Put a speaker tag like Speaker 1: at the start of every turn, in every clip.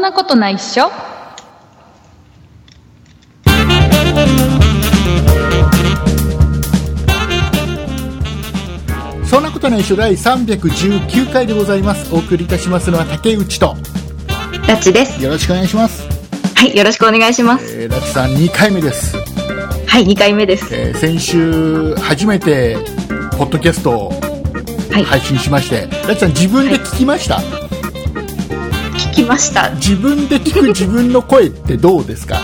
Speaker 1: なことないっしょ
Speaker 2: そんなことないっしょ第319回でございますお送りいたしますのは竹内と
Speaker 3: ラッチです。
Speaker 2: よろしくお願いします、
Speaker 3: はい、よろしくお願いします。
Speaker 2: えー、ラチさん2回目です、
Speaker 3: はい、2回目です。
Speaker 2: えー先週初めてポッドキャストを
Speaker 3: はい、
Speaker 2: 配信しまして、ラチさん自分で聞きました、
Speaker 3: 聞きました。
Speaker 2: 自分で 聞く自分の声ってどうですか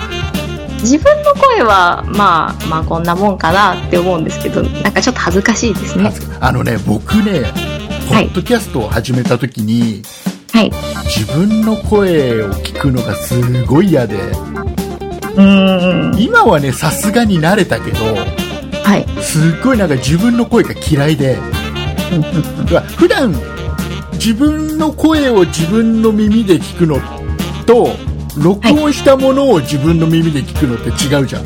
Speaker 3: 自分の声は、まあ、まあ、こんなもんかなって思うんですけど、なんかちょっと恥ずかしいですね
Speaker 2: 恥。ずかあのね僕ねポ
Speaker 3: はい
Speaker 2: ッドキャストを始めた時に、
Speaker 3: はい。
Speaker 2: 自分の声を聞くのがすごい嫌で
Speaker 3: うーん。
Speaker 2: 今はねさすがに慣れたけど
Speaker 3: はい。
Speaker 2: すっごいなんか自分の声が嫌いで
Speaker 3: うんうん
Speaker 2: だから普段自分の声を自分の耳で聞くのと録音したものを自分の耳で聞くのって違うじゃん、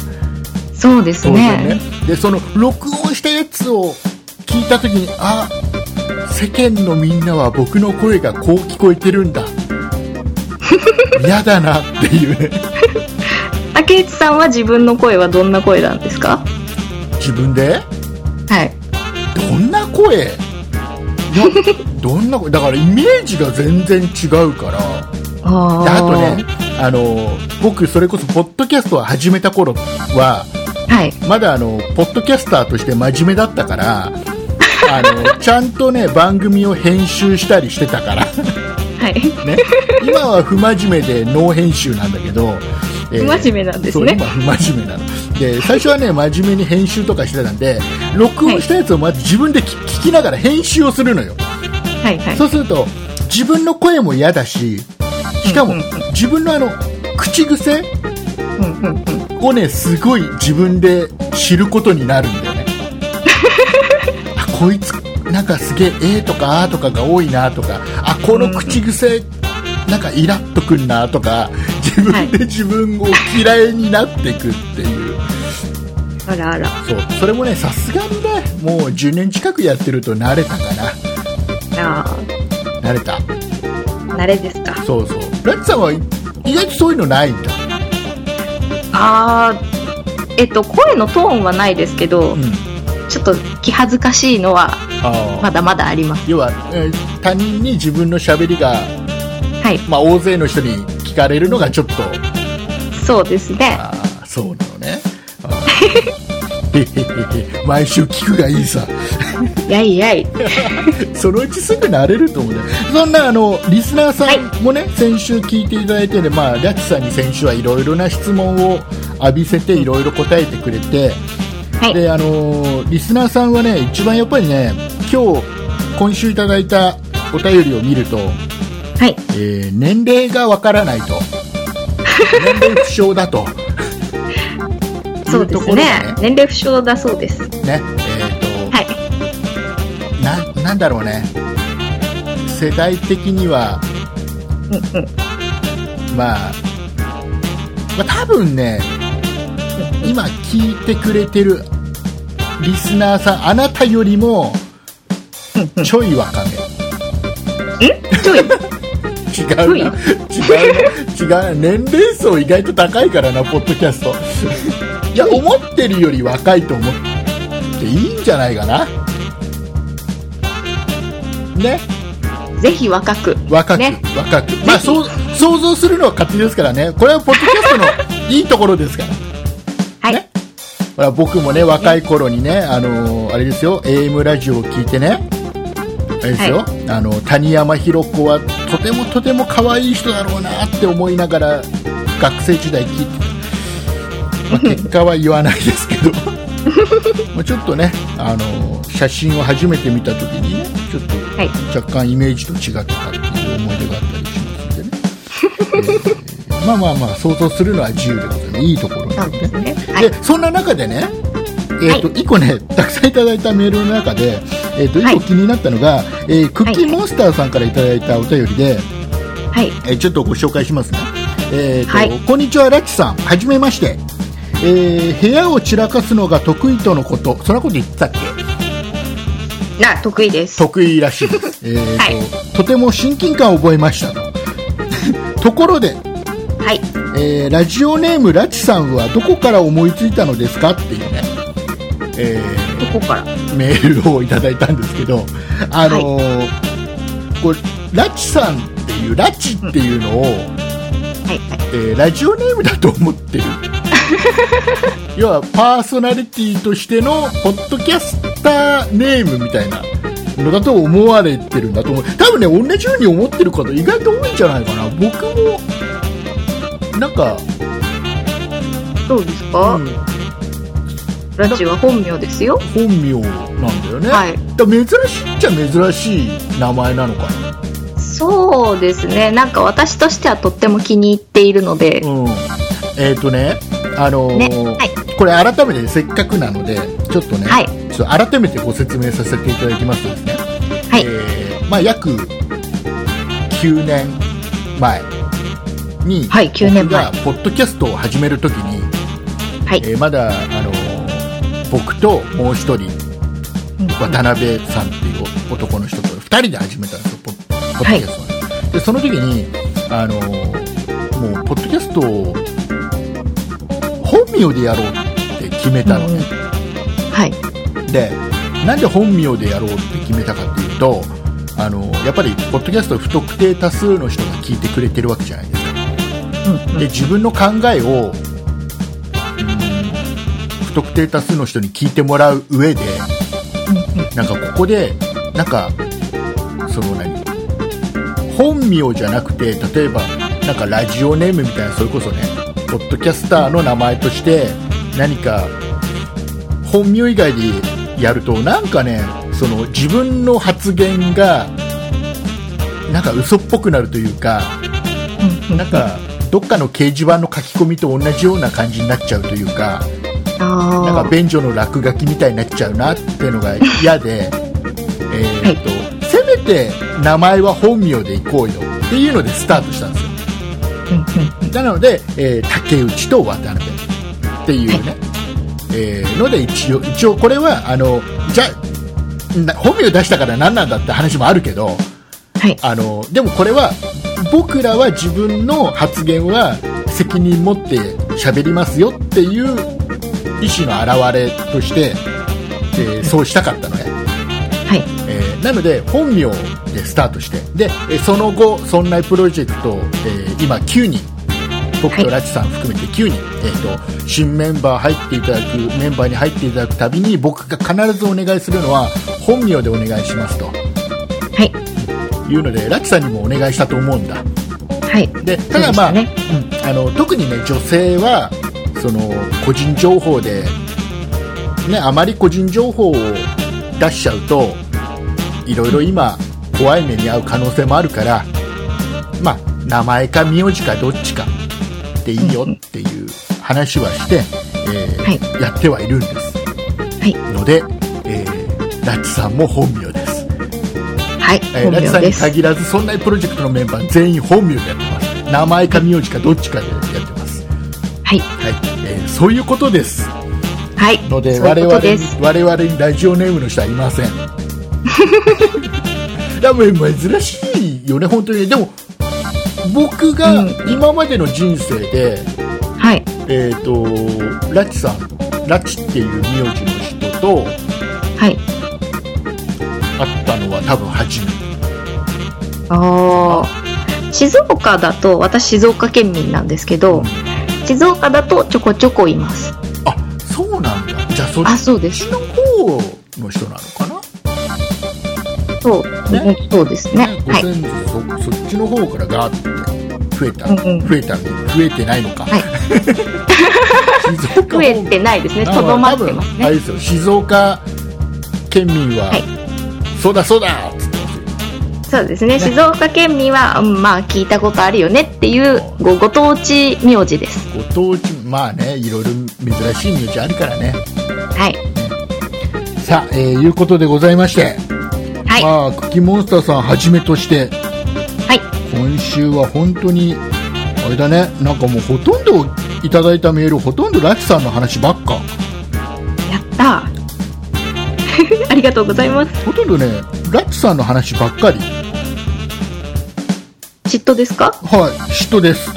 Speaker 3: そうですね。
Speaker 2: でその録音したやつを聞いた時にあ世間のみんなは僕の声がこう聞こえてるんだ嫌だなっていうね
Speaker 3: 竹内さんは自分の声はどんな声なんですか
Speaker 2: 自分で
Speaker 3: はい。
Speaker 2: どんな声などんな声だからイメージが全然違うから
Speaker 3: あ
Speaker 2: であとね。あの僕それこそポッドキャストを始めた頃は
Speaker 3: はい。
Speaker 2: まだあのポッドキャスターとして真面目だったからあのちゃんとね番組を編集したりしてたから、ね、
Speaker 3: はい。
Speaker 2: 今は不真面目でノー編集なんだけど、えー
Speaker 3: 不真面目なんです
Speaker 2: そう
Speaker 3: ね。
Speaker 2: 今不真面目なの で最初はね真面目に編集とかしてたんで録音したやつをまず自分で聞聞きながら編集をするのよ
Speaker 3: はいはい。
Speaker 2: そうすると自分の声も嫌だししかも
Speaker 3: うんうん
Speaker 2: 自分のあの口癖
Speaker 3: うんうんうん。
Speaker 2: をねすごい自分で知ることになるんだよ ねあこいつなんかすげえ「え」とか「あ」とかが多いなとかあこの口癖なんかイラッとくんなとか自分で自分を嫌いになってくっていう、
Speaker 3: あらあら。
Speaker 2: そうそれもねさすがにねもう10年近くやってると慣れたかな
Speaker 3: あ
Speaker 2: 慣れた
Speaker 3: あ、慣れですか。
Speaker 2: そうそうラッツさんは意外とそういうのないんだ
Speaker 3: ああ、えっと、声のトーンはないですけど、
Speaker 2: うん
Speaker 3: ちょっと気恥ずかしいのは
Speaker 2: あ
Speaker 3: まだまだあります。
Speaker 2: 要は、えー他人に自分の喋りが、
Speaker 3: はい、
Speaker 2: まあ、大勢の人に聞かれるのがちょっと
Speaker 3: そうですね。
Speaker 2: あーそうなのねあー へへへへ毎週聞くがいいさ
Speaker 3: やいやい。
Speaker 2: そのうちすぐ慣れると思うんだよそんなあのリスナーさんもね、先週聞いていただいてで、まあ、ラチさんに先週はいろいろな質問を浴びせていろいろ答えてくれて、
Speaker 3: はい、
Speaker 2: であのーリスナーさんはね一番やっぱりね今日今週いただいたお便りを見ると、
Speaker 3: はい、
Speaker 2: えー年齢がわからないと年齢不詳だと
Speaker 3: そうです
Speaker 2: いうところ
Speaker 3: ね
Speaker 2: が。
Speaker 3: 年齢不詳だそうです。は
Speaker 2: ねえーと、
Speaker 3: い、
Speaker 2: ななんだろうね世代的には
Speaker 3: うんうん、
Speaker 2: まあ、まあ、多分ね今聞いてくれてるリスナーさんあなたよりも
Speaker 3: うんうん
Speaker 2: ちょい若め
Speaker 3: え、ちょい、
Speaker 2: 違うな違うな違うな年齢層意外と高いからなポッドキャストいや思ってるより若いと思っていいんじゃないかなね
Speaker 3: ぜひ若く。
Speaker 2: 若く、
Speaker 3: ね
Speaker 2: 若くまあそう想像するのは勝手ですからねこれはポッドキャストのいいところですから
Speaker 3: はい、
Speaker 2: ねほら僕もね若い頃にねあのーあれですよ AM ラジオを聞いてねあれですよ、あの谷山博子はとてもとても可愛い人だろうなって思いながら学生時代聞いて、まあ、結果は言わないですけどまあちょっとねあのー写真を初めて見た時にねちょっと
Speaker 3: はい、
Speaker 2: 若干イメージと違ったっていう思い出があったりしますん でね、えーまあまあまあ想像するのは自由でございますいいところ
Speaker 3: そ
Speaker 2: な
Speaker 3: うん
Speaker 2: で
Speaker 3: です
Speaker 2: ね
Speaker 3: ね。はい
Speaker 2: で、そんな中でね、えっと1個ねたくさんいただいたメールの中で、えっと
Speaker 3: は
Speaker 2: 1個
Speaker 3: い
Speaker 2: 気になったのが、えークッキーモンスターさんからいただいたお便りで、
Speaker 3: はい、
Speaker 2: えーちょっとご紹介しますね、えーと
Speaker 3: はい
Speaker 2: こんにちはラッチさんはじめまして、えー部屋を散らかすのが得意とのことそんなこと言ってたっけ
Speaker 3: な、得意です。
Speaker 2: 得意 らしいです、えーと
Speaker 3: はい
Speaker 2: とても親近感を覚えましたと ところで
Speaker 3: はい
Speaker 2: えーラジオネームラチさんはどこから思いついたのですかっていうね、え
Speaker 3: どこから
Speaker 2: ー メールをいただいたんですけど、あのーこうラチさんっていうラチっていうのを、
Speaker 3: はいはい
Speaker 2: えーラジオネームだと思 ってる要はパーソナリティとしてのポッドキャスターネームみたいなのだと思われてるんだと思う多分ね同じように思ってる方意外と多いんじゃないかな僕もなんか、
Speaker 3: どうですか、
Speaker 2: うん
Speaker 3: ラチは本名ですよ
Speaker 2: 本名なんだよね、
Speaker 3: はい
Speaker 2: だから珍しいっちゃ珍しい名前なのかな
Speaker 3: そうですねなんか私としてはとっても気に入っているので、
Speaker 2: うんえっ、とねあのー
Speaker 3: ねはい
Speaker 2: これ改めてせっかくなのでちょっとね、
Speaker 3: はい
Speaker 2: ちょっと改めてご説明させていただきますとですね、
Speaker 3: はい
Speaker 2: えーまあ、約9年前に、
Speaker 3: はい9年前
Speaker 2: 僕がポッドキャストを始めるときに、
Speaker 3: はい
Speaker 2: えーまだ、あのー僕ともう一人
Speaker 3: うん
Speaker 2: 渡辺さんっていう男の人と2人で始めたんですよポッポッドキャストをね、でその時にあのーもうポッドキャストを本名でやろうって決めたのね、
Speaker 3: はい
Speaker 2: でなんで本名でやろうって決めたかっていうとあのーやっぱりポッドキャスト不特定多数の人が聞いてくれてるわけじゃないですか
Speaker 3: うんうん
Speaker 2: で自分の考えを、うん不特定多数の人に聞いてもらう上で、
Speaker 3: うんうん
Speaker 2: なんかここでなんかその何本名じゃなくて例えばなんかラジオネームみたいなそれこそねポッドキャスターの名前として何か本名以外でやるとなんかねその自分の発言がなんか嘘っぽくなるというか
Speaker 3: うんうん
Speaker 2: なんかどっかの掲示板の書き込みと同じような感じになっちゃうというかなん
Speaker 3: あ
Speaker 2: か便所の落書きみたいになっちゃうなっていうのが嫌で、えーとせめて名前は本名でいこうよっていうのでスタートしたんですよ
Speaker 3: ーうんうん
Speaker 2: なので、えー竹内と渡辺っていうね、えーので一応一応これはあのじゃな本名出したから何なんだって話もあるけど
Speaker 3: はい
Speaker 2: あのでもこれは僕らは自分の発言は責任持って喋りますよっていう意思の表れとして、えーそうしたかったのね、
Speaker 3: はい
Speaker 2: えーなので本名でスタートしてでえーその後「そんなプロジェクト」えー今9人僕とラチさん含めて9人、えー、と新メンバー入っていただくメンバーに入っていただくたびに僕が必ずお願いするのは本名でお願いしますと
Speaker 3: はい
Speaker 2: いうのでラチさんにもお願いしたと思うんだ
Speaker 3: はい
Speaker 2: でただまあ、
Speaker 3: そうで
Speaker 2: うんあの特にね女性はその個人情報でねあまり個人情報を出しちゃうといろいろ今怖い目に遭う可能性もあるからまあ名前か名字かどっちかでいいよっていう話はして、えーやってはいるんです
Speaker 3: はい
Speaker 2: ので、えーラッチさんも本名です、
Speaker 3: はい
Speaker 2: えー
Speaker 3: 本
Speaker 2: ラッチ
Speaker 3: 名
Speaker 2: さんに
Speaker 3: です
Speaker 2: 限らずそんなプロジェクトのメンバー全員本名でやってます名前か名字かどっちかでやってます
Speaker 3: はい
Speaker 2: はい、えーそういうことです
Speaker 3: はい
Speaker 2: ので
Speaker 3: そういう
Speaker 2: 我
Speaker 3: こ
Speaker 2: 々
Speaker 3: と
Speaker 2: に
Speaker 3: です
Speaker 2: 我々にラジオネームの人はい ません多分珍しいよね本当にでも僕が
Speaker 3: うん
Speaker 2: 今までの人生で、
Speaker 3: はい
Speaker 2: えっ、とラチさんラチっていう名字の人と
Speaker 3: は
Speaker 2: 会
Speaker 3: い
Speaker 2: ったのは多分初めて
Speaker 3: ああ静岡だと私静岡県民なんですけど静岡だとちょこちょこいます
Speaker 2: あそうなんだじゃあそっ
Speaker 3: あそうで
Speaker 2: ち
Speaker 3: す
Speaker 2: の方の人なのかな
Speaker 3: そう、
Speaker 2: ね
Speaker 3: そうですね
Speaker 2: ご
Speaker 3: はい
Speaker 2: 先祖、そそっちの方からガーって増えた、
Speaker 3: うんうん
Speaker 2: 増えた増えてないのか、
Speaker 3: はい
Speaker 2: 静岡
Speaker 3: 増えてないですね
Speaker 2: あ
Speaker 3: とどまってます
Speaker 2: 多分あれ
Speaker 3: ね
Speaker 2: ですよ静岡県民は、
Speaker 3: はい
Speaker 2: そうだそうだっつってますよ
Speaker 3: そうですね静岡県民は、うんまあ聞いたことあるよねっていうごご当地名字です
Speaker 2: ご当地まあねいろいろ珍しい名字あるからね
Speaker 3: はい
Speaker 2: さあ、えーいうことでございまして、
Speaker 3: はい
Speaker 2: まあクッキーモンスターさんはじめとして
Speaker 3: はい
Speaker 2: 今週は本当にあれだねなんかもうほとんどいただいたメールほとんどラチさんの話ばっか
Speaker 3: やったー ありがとうございます
Speaker 2: ほとんどねラチさんの話ばっかり
Speaker 3: 嫉妬ですか
Speaker 2: はい嫉妬です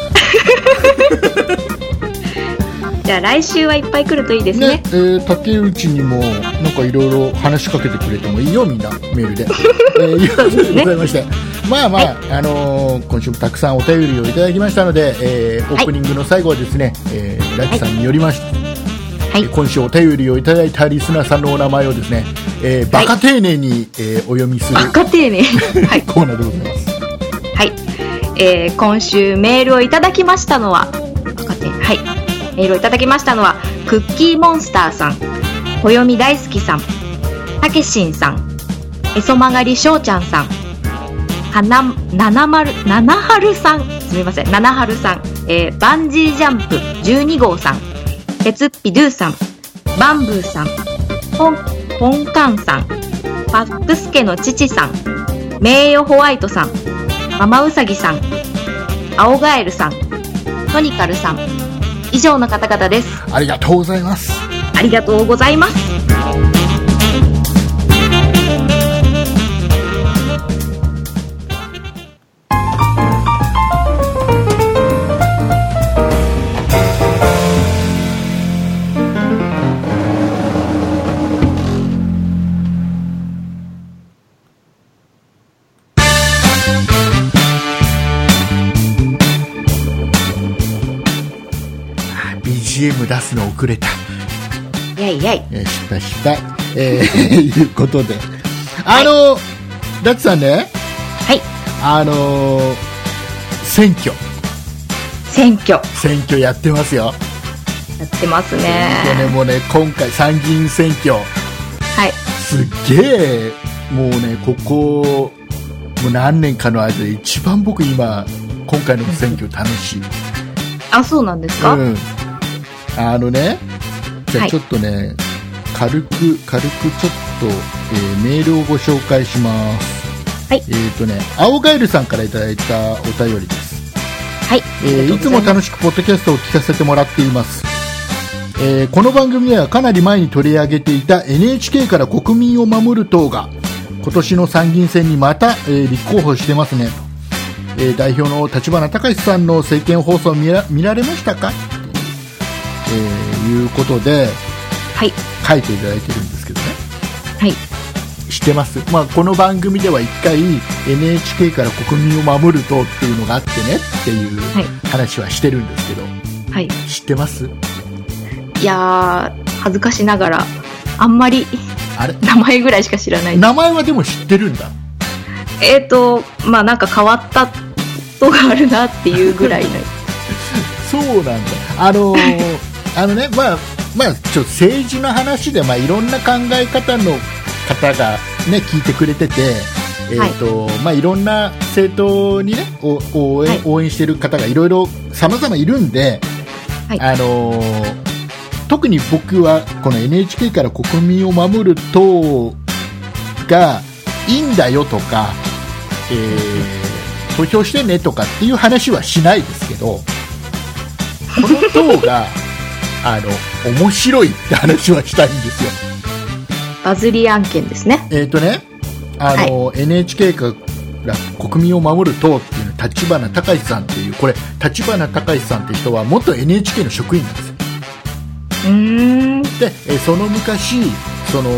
Speaker 3: じゃあ来週はいっぱい来るといいですね
Speaker 2: えー竹内にもなんかいろいろ話しかけてくれてもいいよみんなメー ルで、えー、いうことでございましてまあまあ、あのー今週もたくさんお便りをいただきましたので、えーオープニングの最後はですね、えーラッチさんによりまして、
Speaker 3: はい
Speaker 2: えー今週お便りをいただいたリスナーさんのお名前をですね、えーバカ丁寧に、えーお読みする
Speaker 3: バカ丁寧はい
Speaker 2: コーナーでございます
Speaker 3: はい、えー今週メールをいただきましたのはバカ丁寧はいメールをいただきましたのはクッキーモンスターさん暦大好きさんたけしんさんへそ曲がりしょうちゃんさんはな七丸七春さんすみません七春さん、えーバンジージャンプ12号さん鉄っぴドゥさんバンブーさんポンポンカンさんパックスケの父さん名誉ホワイトさんママウサギさん、青ガエルさん、トニカルさん、以上の方々です。
Speaker 2: ありがとうございます
Speaker 3: ありがとうございます。
Speaker 2: BGM 出すの遅れた
Speaker 3: やいやい。
Speaker 2: えー、失敗失敗、えー、いうことであの、ダッチさんね
Speaker 3: はい。
Speaker 2: あのー選挙
Speaker 3: 選挙や
Speaker 2: 選挙やってますよ、
Speaker 3: ってます
Speaker 2: 選挙
Speaker 3: ね。
Speaker 2: ねもうね今回参議院選挙
Speaker 3: はい。
Speaker 2: すっげえもうねここもう何年かの間で一番僕今今回の選挙楽しい、
Speaker 3: あ、そうなんですか、
Speaker 2: うん、あのねじゃ
Speaker 3: は
Speaker 2: あ
Speaker 3: い
Speaker 2: ちょっとね、軽く軽くちょっと、えーメールをご紹介します
Speaker 3: はい
Speaker 2: えっ、とね青ガエルさんからいただいたお便りです
Speaker 3: はい。
Speaker 2: えーいつも楽しくポッドキャストを聞かせてもらっています、えーこの番組ではかなり前に取り上げていた NHK から国民を守る党が今年の参議院選にまた、えー立候補してますねと、えー代表の立花隆さんの政見放送見ら見られましたかと、えーいうことで
Speaker 3: はい。
Speaker 2: 書いていただいてるんですけどね
Speaker 3: はい。
Speaker 2: 知ってます、まあ、この番組では一回 NHK から国民を守る党っていうのがあってねっていう
Speaker 3: はい
Speaker 2: 話はしてるんですけど、
Speaker 3: はい。
Speaker 2: 知ってます
Speaker 3: いやー、恥ずかしながら、あんまり
Speaker 2: あれ
Speaker 3: 名前ぐらいしか知らない。
Speaker 2: 名前はでも知ってるんだ
Speaker 3: えっ、ー、と、まあなんか変わったことがあるなっていうぐら いの。
Speaker 2: そうなんだあ のーあのねまあまあちょっと政治の話でまあいろんな考え方の方がね聞いてくれててえーといまあ、いろんな政党に、ね、お応援
Speaker 3: はい
Speaker 2: 応援してる方がいろいろさまざまいるんで、
Speaker 3: はい
Speaker 2: あのー特に僕はこの NHK から国民を守る党がいいんだよとか、えー投票してねとかっていう話はしないですけどこの党があの面白いって話はしたいんですよ。
Speaker 3: バズり案件ですね。
Speaker 2: えっ、とねあの、NHK から国民を守る党っていうのは立花隆さんっていうこれ立花隆さんって人は元 NHK の職員なんですよ
Speaker 3: うーん。
Speaker 2: で、えーその昔その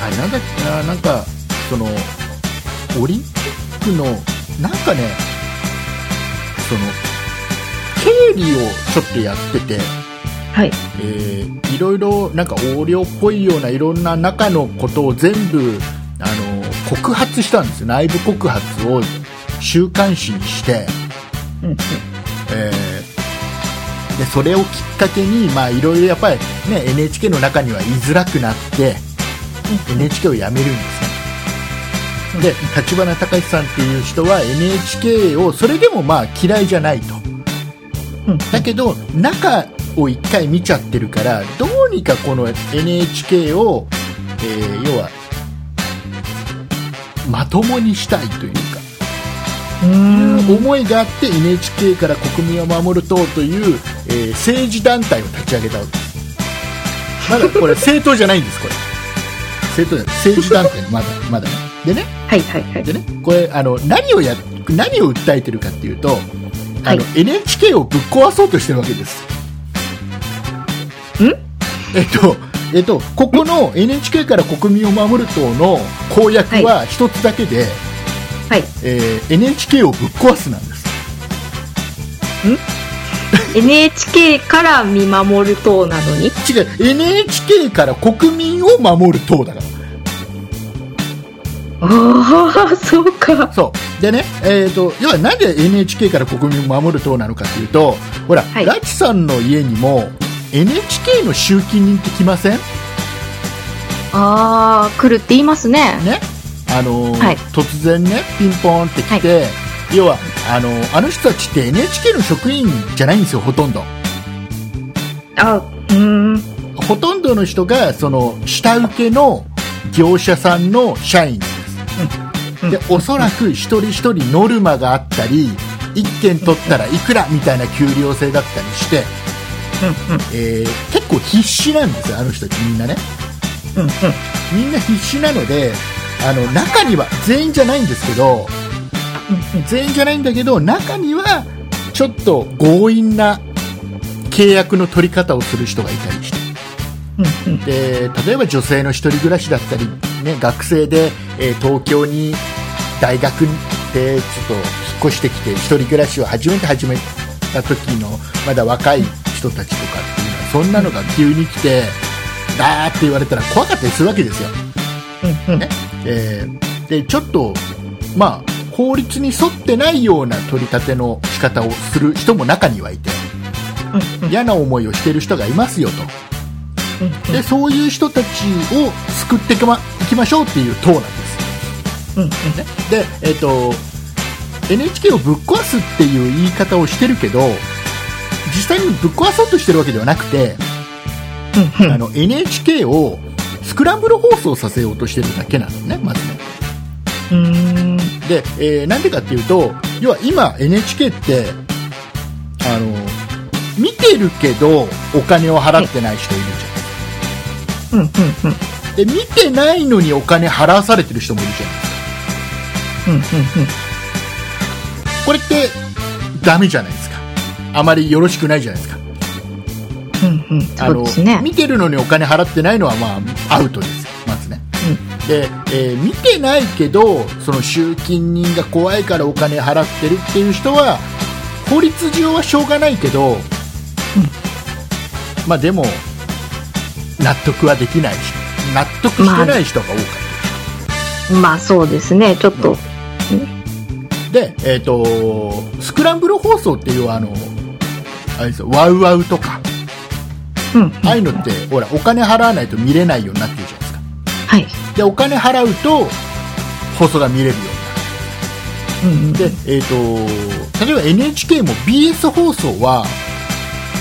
Speaker 2: あれなんだっけななんかそのオリンピックのなんかねその経理をちょっとやってて、
Speaker 3: はい。
Speaker 2: えーいろいろなんか横領っぽいようないろんな中のことを全部あの告発したんですよ内部告発を週刊誌にして。
Speaker 3: うんうん。
Speaker 2: えーでそれをきっかけにまあいろいろやっぱり、ね、NHK の中には居づらくなって、NHK を辞めるんですねで立花隆さんっていう人は NHK をそれでもまあ嫌いじゃないと
Speaker 3: うん
Speaker 2: だけど中を一回見ちゃってるからどうにかこの NHK を、えー要はまともにしたいというか
Speaker 3: うーん。
Speaker 2: 思いがあって NHK から国民を守る党という、えー政治団体を立ち上げたわけですまだこれ政党じゃないんですこれ政党じゃない政治団体まだまだねでね
Speaker 3: はいはいはい。
Speaker 2: でねこれあの何をや何を訴えてるかっていうとあの
Speaker 3: は
Speaker 2: NHK をぶっ壊そうとしてるわけです。
Speaker 3: ん
Speaker 2: えっと、えっと、ここの NHK から国民を守る党の公約は一つだけで、
Speaker 3: はい。
Speaker 2: えー NHK をぶっ壊すなんです。
Speaker 3: NHK から見守る党なのに。
Speaker 2: 違う、NHK から国民を守る党だから。
Speaker 3: ああ、そうか。
Speaker 2: そうでね、えー、と要はなんで NHK から国民を守る党なのかというとほら、
Speaker 3: はい
Speaker 2: ラチさんの家にも NHK の集金人って来ません
Speaker 3: ああ、来るって言いますね。
Speaker 2: ね、あのー
Speaker 3: はい
Speaker 2: 突然ねピンポーンって来て、要はあのーあの人たちって NHK の職員じゃないんですよほとんど
Speaker 3: あうーん。
Speaker 2: ほとんどの人がその下請けの業者さんの社員です、
Speaker 3: うん
Speaker 2: でおそらく一人一人ノルマがあったり1件取ったらいくらみたいな給料制だったりして、えー結構必死なんですよあの人たちみんなね
Speaker 3: うん、うん、うん。
Speaker 2: みんな必死なのであの中には全員じゃないんですけど全員じゃないんだけど中にはちょっと強引な契約の取り方をする人がいたりして
Speaker 3: うん、うん。
Speaker 2: で例えば女性の一人暮らしだったり、ね、学生で、えー東京に大学でちょっと引っ越してきて一人暮らしを初めて始めた時のまだ若い人たちとかっていうのはそんなのが急に来てだーって言われたら怖かったりするわけですよ。
Speaker 3: うん、うん。
Speaker 2: ねえーでちょっと、まあ、法律に沿ってないような取り立ての仕方をする人も中にはいて嫌な思いをしている人がいますよと。でそういう人たちを救っていきまいきましょうっていう党なんです、ね、で、えっと NHK をぶっ壊すっていう言い方をしてるけど実際にぶっ壊そうとしてるわけではなくてあの NHK をスクランブル放送させようとしてるだけなのねまずね
Speaker 3: うん、
Speaker 2: で、えーなんでかっていうと要は今 NHK ってあの見てるけどお金を払ってない人いるじゃん
Speaker 3: うん、うん、うん。
Speaker 2: で見てないのにお金払わされてる人もいるじゃん
Speaker 3: うんうん
Speaker 2: これってダメじゃないですかあまりよろしくないじゃないですか
Speaker 3: うんうんうん
Speaker 2: あ
Speaker 3: そう
Speaker 2: の
Speaker 3: ですね
Speaker 2: 見てるのにお金払ってないのは、まあ、アウトですまずねで、えー見てないけどその集金人が怖いからお金払ってるっていう人は法律上はしょうがないけど、まあでも納得はできないし納得してない人が多かった、
Speaker 3: うんまあそうですねちょっと
Speaker 2: で、えー、とスクランブル放送っていうあのあれですよワウワウとか
Speaker 3: うんうん
Speaker 2: ああ
Speaker 3: はいいう
Speaker 2: のってほらお金払わないと見れないようになってるじゃないですかでお金払うと放送が見れるよ
Speaker 3: うんうん
Speaker 2: うになるで、えー、と例えば NHK も BS 放送は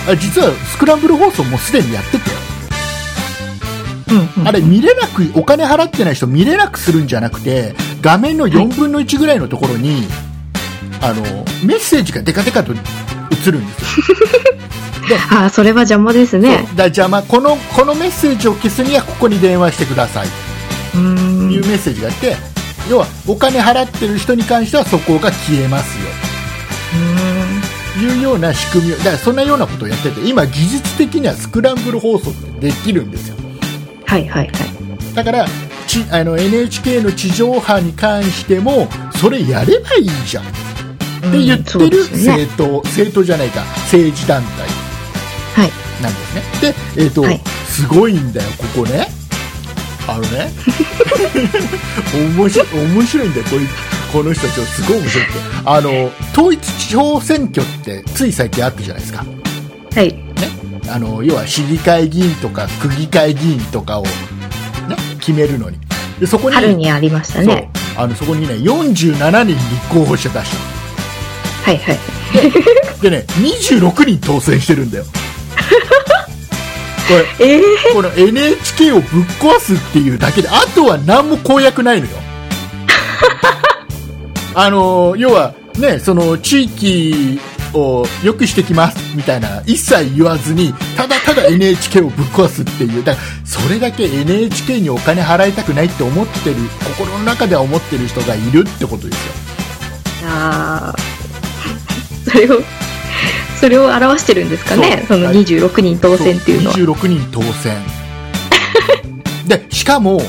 Speaker 2: あ実はスクランブル放送もすでにやってて
Speaker 3: うんうん
Speaker 2: あれ見れなくお金払ってない人見れなくするんじゃなくて画面の4分の1ぐらいのところに、あのメッセージがデカデカと映るんですよ
Speaker 3: ああそれは邪魔ですね
Speaker 2: そうだじゃあまあこのこのメッセージを消すにはここに電話してくださいと
Speaker 3: うーん
Speaker 2: いうメッセージがあって、要はお金払ってる人に関してはそこが消えますよというような仕組みをだからそんなようなことをやってて今技術的にはスクランブル放送ってできるんですよ
Speaker 3: はいはいはい
Speaker 2: だからちあの NHK の地上波に関してもそれやればいいじゃんって言っ
Speaker 3: うんそ
Speaker 2: て
Speaker 3: うで
Speaker 2: る
Speaker 3: すね
Speaker 2: 政党、政党じゃないか政治団体
Speaker 3: はい
Speaker 2: なんですね。で、えっ、と、
Speaker 3: はい
Speaker 2: すごいんだよ、ここね。あの ね、面白い、面白いんだよ、こういうこの人たちはすごい面白くて。あの、統一地方選挙って、つい最近あったじゃないですか。ね。
Speaker 3: はい
Speaker 2: あの、要は市議会議員とか、区議会議員とかを、ね、決めるのに。で、そこに、
Speaker 3: 春にありました
Speaker 2: そう
Speaker 3: ね、
Speaker 2: あの、そこにね、47人立候補者出した
Speaker 3: はいはい
Speaker 2: の。でね、26人当選してるん だよ。これ、
Speaker 3: ええ
Speaker 2: この NHK をぶっ壊すっていうだけであとは何も公約ないのよ あの要はねその地域を良くしてきますみたいな一切言わずにただただ NHK をぶっ壊すっていうだからそれだけ NHK にお金払いたくないって思ってる心の中では思ってる人がいるってことですよ
Speaker 3: ああそれをそれを表してるんですかね
Speaker 2: そ
Speaker 3: そうの26人当選っていうのは
Speaker 2: そう26人当選でしかも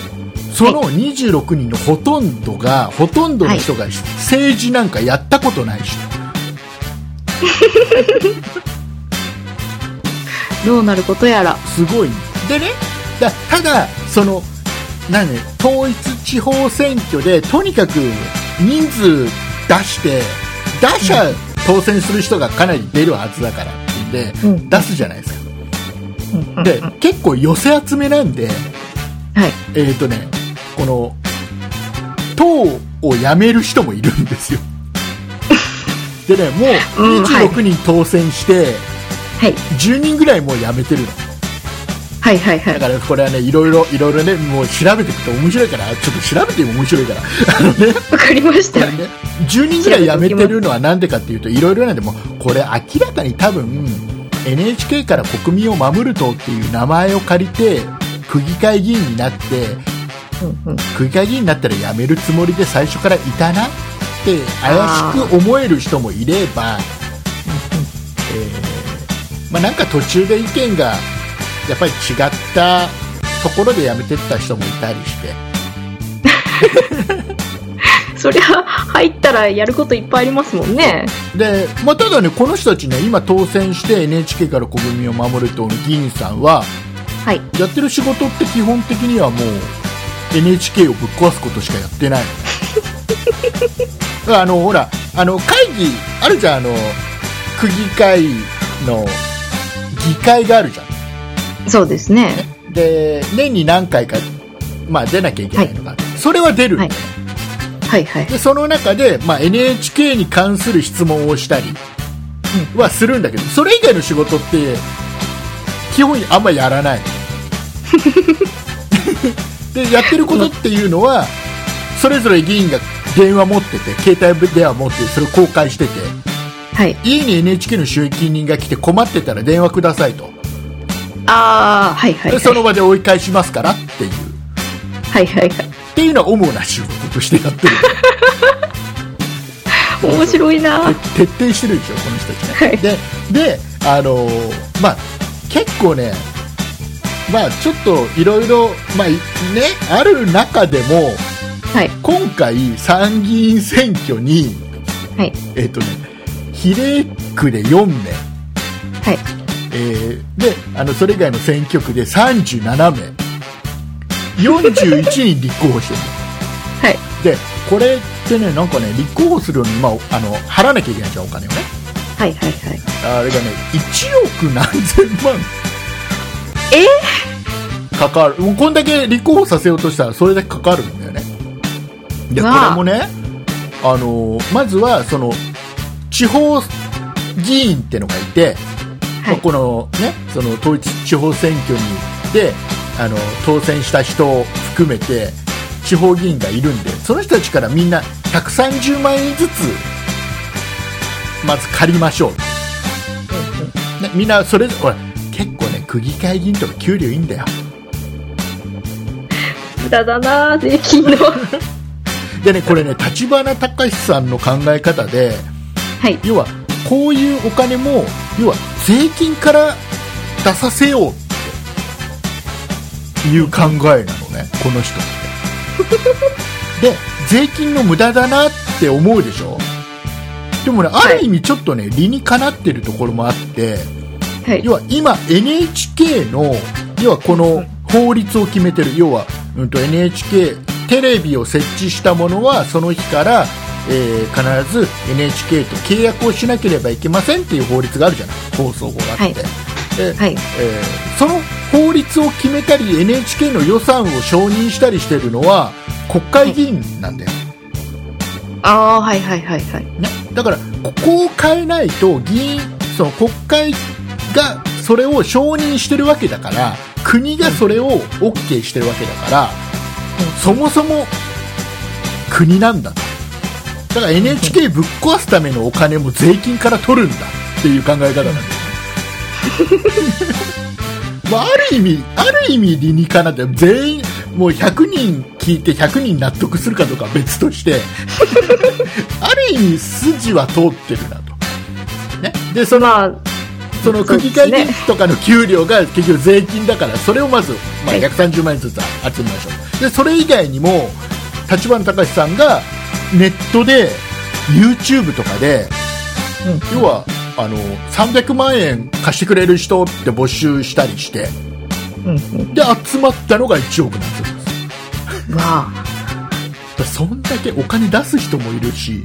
Speaker 2: その26人のほとんどが、ほとんどの人が政治なんかやったことない人、
Speaker 3: どうなることやら
Speaker 2: すごいでねだただその何、ね、統一地方選挙でとにかく人数出して打者当選する人がかなり出るはずだからっていうんで、
Speaker 3: うん
Speaker 2: 出すじゃないですか
Speaker 3: うんうんうん
Speaker 2: で結構寄せ集めなんで
Speaker 3: はい
Speaker 2: えっ、とねこの党を辞める人もいるんです よでねも
Speaker 3: う
Speaker 2: うん
Speaker 3: はい
Speaker 2: 26人当選して
Speaker 3: はい
Speaker 2: 10人ぐらいもう辞めてるの
Speaker 3: はいはいは
Speaker 2: だ
Speaker 3: い
Speaker 2: からこれはねいろいろいろいろねもう調べていくと面白いからちょっと調べても面白いから あのね
Speaker 3: わかりまし
Speaker 2: こ
Speaker 3: た
Speaker 2: れね10人ぐらい辞めてるのはなんでかっていうといろいろなんでもうこれ明らかに多分 NHK から国民を守る党っていう名前を借りて区議会議員になって
Speaker 3: うんうん
Speaker 2: 区議会議員になったら辞めるつもりで最初からいたなって怪しく思える人もいれば、えーまあ、なんか途中で意見がやっぱり違ったところで辞めてった人もいたりして
Speaker 3: そりゃ入ったらやることいっぱいありますもんね
Speaker 2: で、まあ、ただねこの人たちね今当選して NHK から国民を守る党の議員さんは
Speaker 3: はい
Speaker 2: やってる仕事って基本的にはもう NHK をぶっ壊すことしかやってない あのほらあの会議あるじゃんあの区議会の議会があるじゃん
Speaker 3: そうですね
Speaker 2: で年に何回か、まあ、出なきゃいけないのが、それは出るんだよ、
Speaker 3: はいはい
Speaker 2: でその中で、まあ、NHK に関する質問をしたりはするんだけどそれ以外の仕事って基本あんまやらないでやってることっていうのはそれぞれ議員が電話持ってて携帯電話持っててそれを公開してて
Speaker 3: はい
Speaker 2: 家に NHK の収益人が来て困ってたら電話くださいと
Speaker 3: ああはいはいは
Speaker 2: で
Speaker 3: い
Speaker 2: その場で追い返しますからっていう
Speaker 3: はいはいはい
Speaker 2: っていうのは主な仕事としてやってる
Speaker 3: 面白いなは
Speaker 2: 徹底してるでしょこの人たちね
Speaker 3: い
Speaker 2: でであのーまあ結構ねまあちょっといろいろまあいねある中でも
Speaker 3: はい
Speaker 2: 今回参議院選挙に
Speaker 3: はい
Speaker 2: えっ、とね比例区で4名、
Speaker 3: はい
Speaker 2: えーであのそれ以外の選挙区で37名41人立候補してる
Speaker 3: はい
Speaker 2: でこれってねなんかね立候補するのに、まあ、あの払わなきゃいけないじゃんお金をね
Speaker 3: はいはいはい
Speaker 2: あれがね1億何千万
Speaker 3: え
Speaker 2: かかるもうこんだけ立候補させようとしたらそれだけかかるんだよねでこ
Speaker 3: わあ
Speaker 2: れもねあのまずはその地方議員ってのがいて、まあこのねその統一地方選挙にであの当選した人を含めて地方議員がいるんでその人たちからみんな130万円ずつまず借りましょう、ね、みんなそれぞれほら結構ね区議会議員とか給料いいんだよ
Speaker 3: 無駄だな税金のは
Speaker 2: でねこれね立花隆さんの考え方で
Speaker 3: い
Speaker 2: 要はこういうお金も要は税金から出させようっていう考えなのねこの人ってで税金の無駄だなって思うでしょでもねある意味ちょっとね理にかなってるところもあって
Speaker 3: はい
Speaker 2: 要は今 NHK の要はこの法律を決めてる要は、うん、と NHK テレビを設置したものはその日から、えー必ず NHK と契約をしなければいけませんっていう法律があるじゃない放送法があって、
Speaker 3: はい
Speaker 2: で
Speaker 3: はい
Speaker 2: えーその法律を決めたり NHK の予算を承認したりしてるのは国会議員なんだよ、
Speaker 3: ああはいはいはいはい
Speaker 2: ね、だからここを変えないと議員その国会がそれを承認してるわけだから国がそれを OK してるわけだからそもそも国なんだとだから NHK ぶっ壊すためのお金も税金から取るんだっていう考え方なんだよねまあ、ある意味、ある意味理にかなって、全員、もう100人聞いて100人納得するかどうかは別として、ある意味筋は通ってるなとね、でその
Speaker 3: まあ、
Speaker 2: その
Speaker 3: そ
Speaker 2: 区
Speaker 3: うです
Speaker 2: 議
Speaker 3: ね
Speaker 2: 会議員とかの給料が結局税金だからそれをまず、まあ、
Speaker 3: はい
Speaker 2: 130万円ずつ集めましょうでそれ以外にも立花隆さんがネットで YouTube とかで
Speaker 3: うん
Speaker 2: 要はあの300万円貸してくれる人って募集したりして
Speaker 3: うんうん
Speaker 2: で集まったのが1億なんですよ
Speaker 3: わあ
Speaker 2: だからそんだけお金出す人もいるし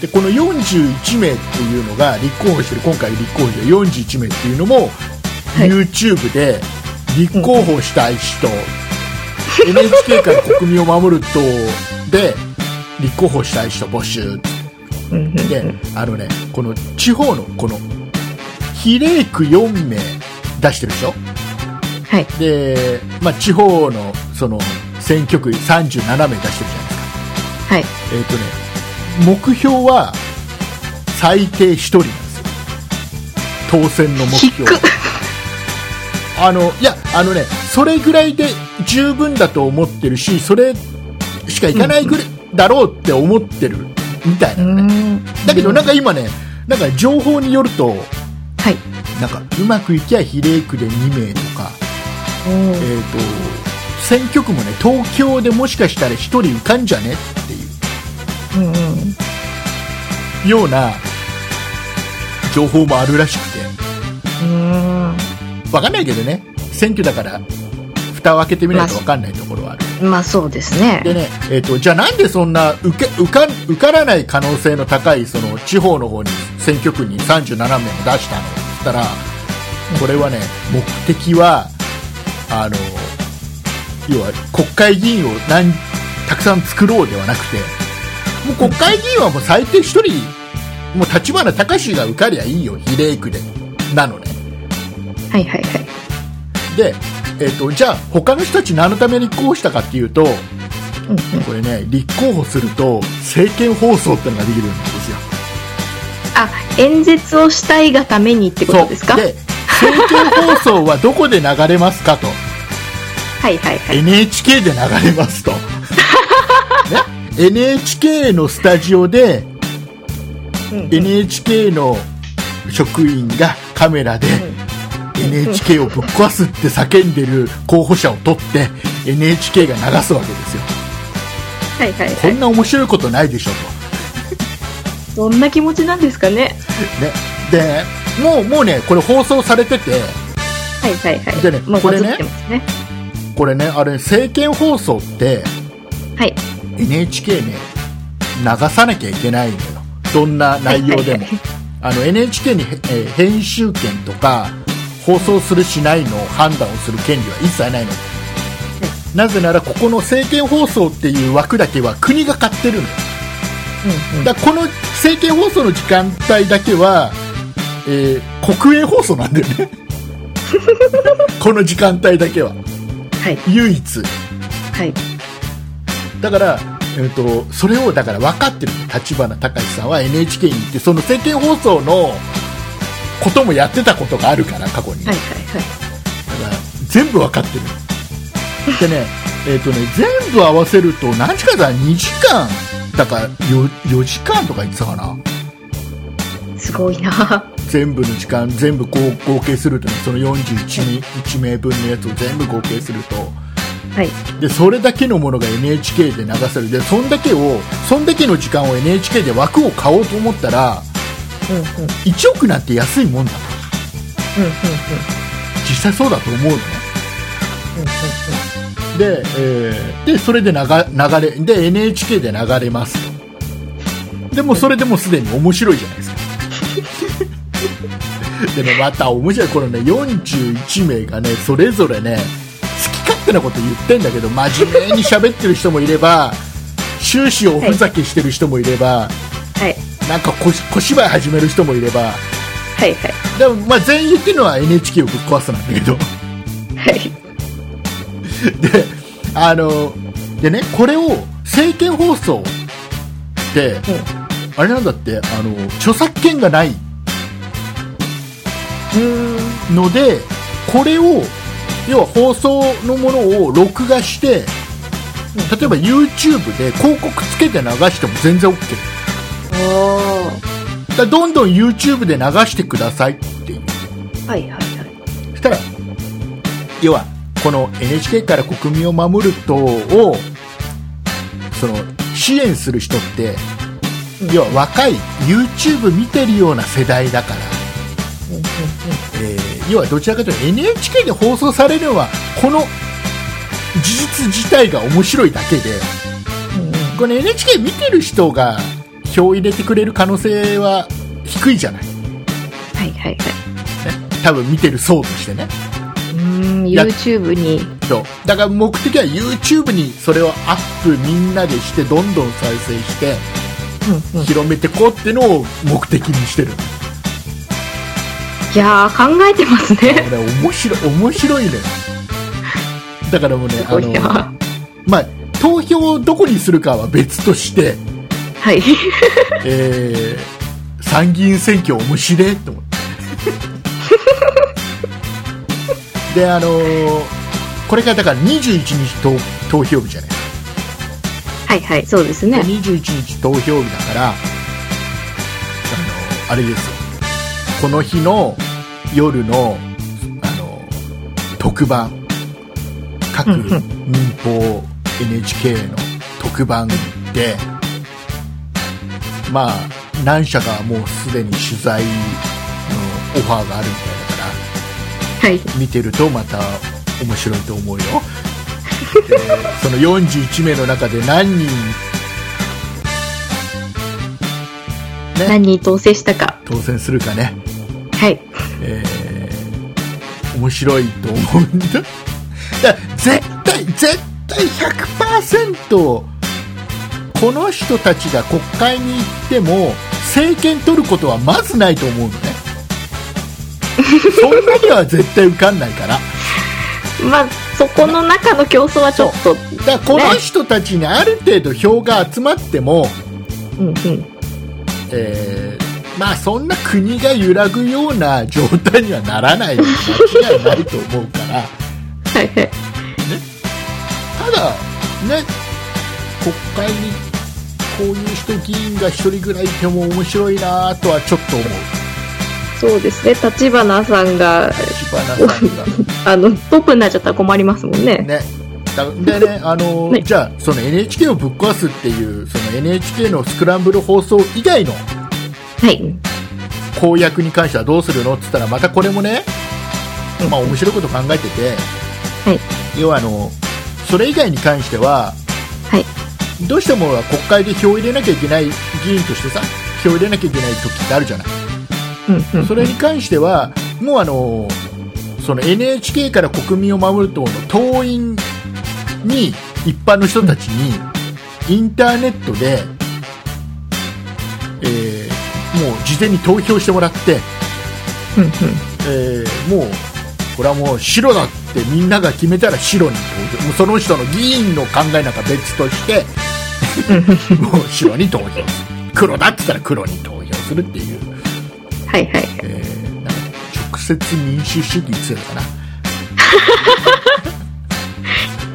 Speaker 2: でこの41名っていうのが立候補してる今回立候補してる41名っていうのも、
Speaker 3: い
Speaker 2: YouTube で立候補したい人、NHK から国民を守る党で立候補したい人募集
Speaker 3: うんうん
Speaker 2: であのねこの地方のこの比例区4名出してるでしょ
Speaker 3: はい
Speaker 2: で、まあ、地方のその選挙区37名出してるじゃないですか
Speaker 3: はい
Speaker 2: えっ、とね、目標は最低1人なんですよ。当選の目
Speaker 3: 低
Speaker 2: 標。あの、いや、あのね、それぐらいで十分だと思ってるし、それしかいかないぐらいだろうって思ってるみたいなのね。だけどなんか今ね、なんか情報によると、
Speaker 3: はい
Speaker 2: なんかうまくいきゃ比例区で2名とか、えっ、
Speaker 3: うん
Speaker 2: と、選挙区もね、東京でもしかしたら1人浮かんじゃねっていう。
Speaker 3: うんうん
Speaker 2: ような情報もあるらしく
Speaker 3: うん
Speaker 2: てわかんないけどね選挙だから蓋を開けてみないとわかんないところはある
Speaker 3: まあそうですね
Speaker 2: でね、えー、とじゃあなんでそんな受け受か受からない可能性の高いその地方の方に選挙区に37名も出したのって言ったらこれはね目的はあの要は国会議員を何たくさん作ろうではなくてもう国会議員はもう最低1人もう立花隆が受かりゃいいよ比例区でなのね
Speaker 3: はいはいはい
Speaker 2: で、えー、とじゃあ他の人たち何のために立候補したかっていうと
Speaker 3: うんうん
Speaker 2: これね立候補すると政見放送ってのができるんですよ
Speaker 3: あ演説をしたいがためにってことですか
Speaker 2: で政見放送はどこで流れますかと
Speaker 3: はいはいはい
Speaker 2: NHK で流れます と、ね、NHK のスタジオで
Speaker 3: うんうん
Speaker 2: NHK の職員がカメラで NHK をぶっ壊すって叫んでる候補者を撮って NHK が流すわけですよ
Speaker 3: はいはいは
Speaker 2: こ
Speaker 3: い
Speaker 2: んな面白いことないでしょと
Speaker 3: どんな気持ちなんですかね
Speaker 2: ね、でもうもうねこれ放送されてて
Speaker 3: はいはいはい
Speaker 2: でね
Speaker 3: もう
Speaker 2: こ
Speaker 3: バ
Speaker 2: れ
Speaker 3: ズ
Speaker 2: ね
Speaker 3: ってますね
Speaker 2: これねあれ政見放送って
Speaker 3: はい
Speaker 2: NHK ね流さなきゃいけないのよどんな内容でも、
Speaker 3: はいはいはい
Speaker 2: あの NHK に、えー編集権とか放送するしないの判断をする権利は一切ないの、なぜならここの政見放送っていう枠だけは国が買ってるのよ
Speaker 3: うんうん
Speaker 2: だからこの政見放送の時間帯だけは、えー国営放送なんだよ ねこの時間帯だけは
Speaker 3: はい
Speaker 2: 唯一
Speaker 3: はい
Speaker 2: だから、えー、とそれをだから分かってる立花隆さんは NHK に行ってその政見放送のこともやってたことがあるから過去に、
Speaker 3: はいはい
Speaker 2: だから全部分かってるでね, 、 えーとね全部合わせると何時間だ2時間だから 4, 4時間とか言ってたかな
Speaker 3: はいすごいな
Speaker 2: 全部の時間全部こう合計すると、ね、その41人1名分のやつを全部合計すると
Speaker 3: はい
Speaker 2: でそれだけのものが NHK で流せるでそんだけをそんだけの時間を NHK で枠を買おうと思ったら
Speaker 3: うんうんうん
Speaker 2: 1億なんて安いもんだと
Speaker 3: うん
Speaker 2: 実際そうだと思うのねで,、えーでそれで流流れで NHK で流れますとでもそれでもうすでに面白いじゃない ですかでねまた面白いこのね41名がねそれぞれね好き勝手なこと言ってんだけど真面目に喋ってる人もいれば終始おふざけしてる人もいれば、
Speaker 3: はい
Speaker 2: なんか小小芝居始める人もいれば
Speaker 3: はいはい
Speaker 2: でもまあ全員言ってるのは NHK をぶっ壊すなんだけど
Speaker 3: はい
Speaker 2: であのでねこれを政見放送ってあれなんだってあの著作権がない
Speaker 3: うん
Speaker 2: のでこれを要は放送のものを録画して例えば YouTube で広告つけて流しても全然 OK
Speaker 3: おー
Speaker 2: からどんどん YouTube で流してくださいっていう
Speaker 3: はいはいはい
Speaker 2: そしたら要はこの NHK から国民を守る党をその支援する人って要は若い YouTube 見てるような世代だから、
Speaker 3: うんうんう
Speaker 2: えー要はどちらかというと NHK で放送されるのはこの事実自体が面白いだけで
Speaker 3: んうん
Speaker 2: この NHK 見てる人が票を入れてくれる可能性は低いじゃない、ね、
Speaker 3: はいはいはい
Speaker 2: 多分見てる層としてね
Speaker 3: うーん
Speaker 2: いや
Speaker 3: YouTube に
Speaker 2: そうだから目的は YouTube にそれをアップみんなでしてどんどん再生して
Speaker 3: うんうん
Speaker 2: 広めてこうっていうのを目的にしてる
Speaker 3: いやー考えてますね
Speaker 2: これ面白い面白いねだからもうね
Speaker 3: す
Speaker 2: あ
Speaker 3: ごい
Speaker 2: の
Speaker 3: な
Speaker 2: まあ投票をどこにするかは別として、
Speaker 3: はい
Speaker 2: えー参議院選挙面白いと思ってであのーこれがだから21日投投票日じゃない
Speaker 3: はいはいそうですね
Speaker 2: 21日投票日だから、あの、あれですよ。この日の夜の、あの、特番。各
Speaker 3: うんう
Speaker 2: 民放 NHK の特番で、まあ、何社かもうすでに取材のオファーがあるみたいだから、
Speaker 3: はい
Speaker 2: 見てるとまた面白いと思うよでその41名の中で何人ね
Speaker 3: 何に当選したか
Speaker 2: 当選するかね、
Speaker 3: はい
Speaker 2: えー面白いと思うんだだから絶対絶対100%この人たちが国会に行っても政権取ることはまずないと思うのねそんなには絶対受かんないから
Speaker 3: まあそこの中の競争はちょっと
Speaker 2: だからこの人たちにある程度票が集まっても、
Speaker 3: うんうん
Speaker 2: えーまあそんな国が揺らぐような状態にはならないのは間違いないと思うから
Speaker 3: はいはい
Speaker 2: ただね国会にこういう人議員が一人ぐらいいても面白いなとはちょっと思う
Speaker 3: そうですね立花さんが
Speaker 2: 柴田さんが。
Speaker 3: あのトップになっちゃったら困りますもんね
Speaker 2: ね、だでね、あの
Speaker 3: ね
Speaker 2: じゃあその NHK をぶっ壊すっていうその NHK のスクランブル放送以外の
Speaker 3: はい
Speaker 2: 公約に関してはどうするのって言ったらまたこれもね、まあ、面白いこと考えてて、
Speaker 3: はい
Speaker 2: 要はあのそれ以外に関しては
Speaker 3: はい
Speaker 2: どうしても国会で票を入れなきゃいけない議員としてさ票を入れなきゃいけない時ってあるじゃない
Speaker 3: うんうん
Speaker 2: それに関してはもうあのその NHK から国民を守る党の党員に一般の人たちにインターネットで、えーもう事前に投票してもらって
Speaker 3: うんうん
Speaker 2: えーもうこれはもう白だってみんなが決めたら白に投票もうその人の議員の考えなんか別としてもう白に投票する黒だって言ったら黒に投票するっていう、
Speaker 3: はいはい
Speaker 2: えーなんか直接民主主義強いかな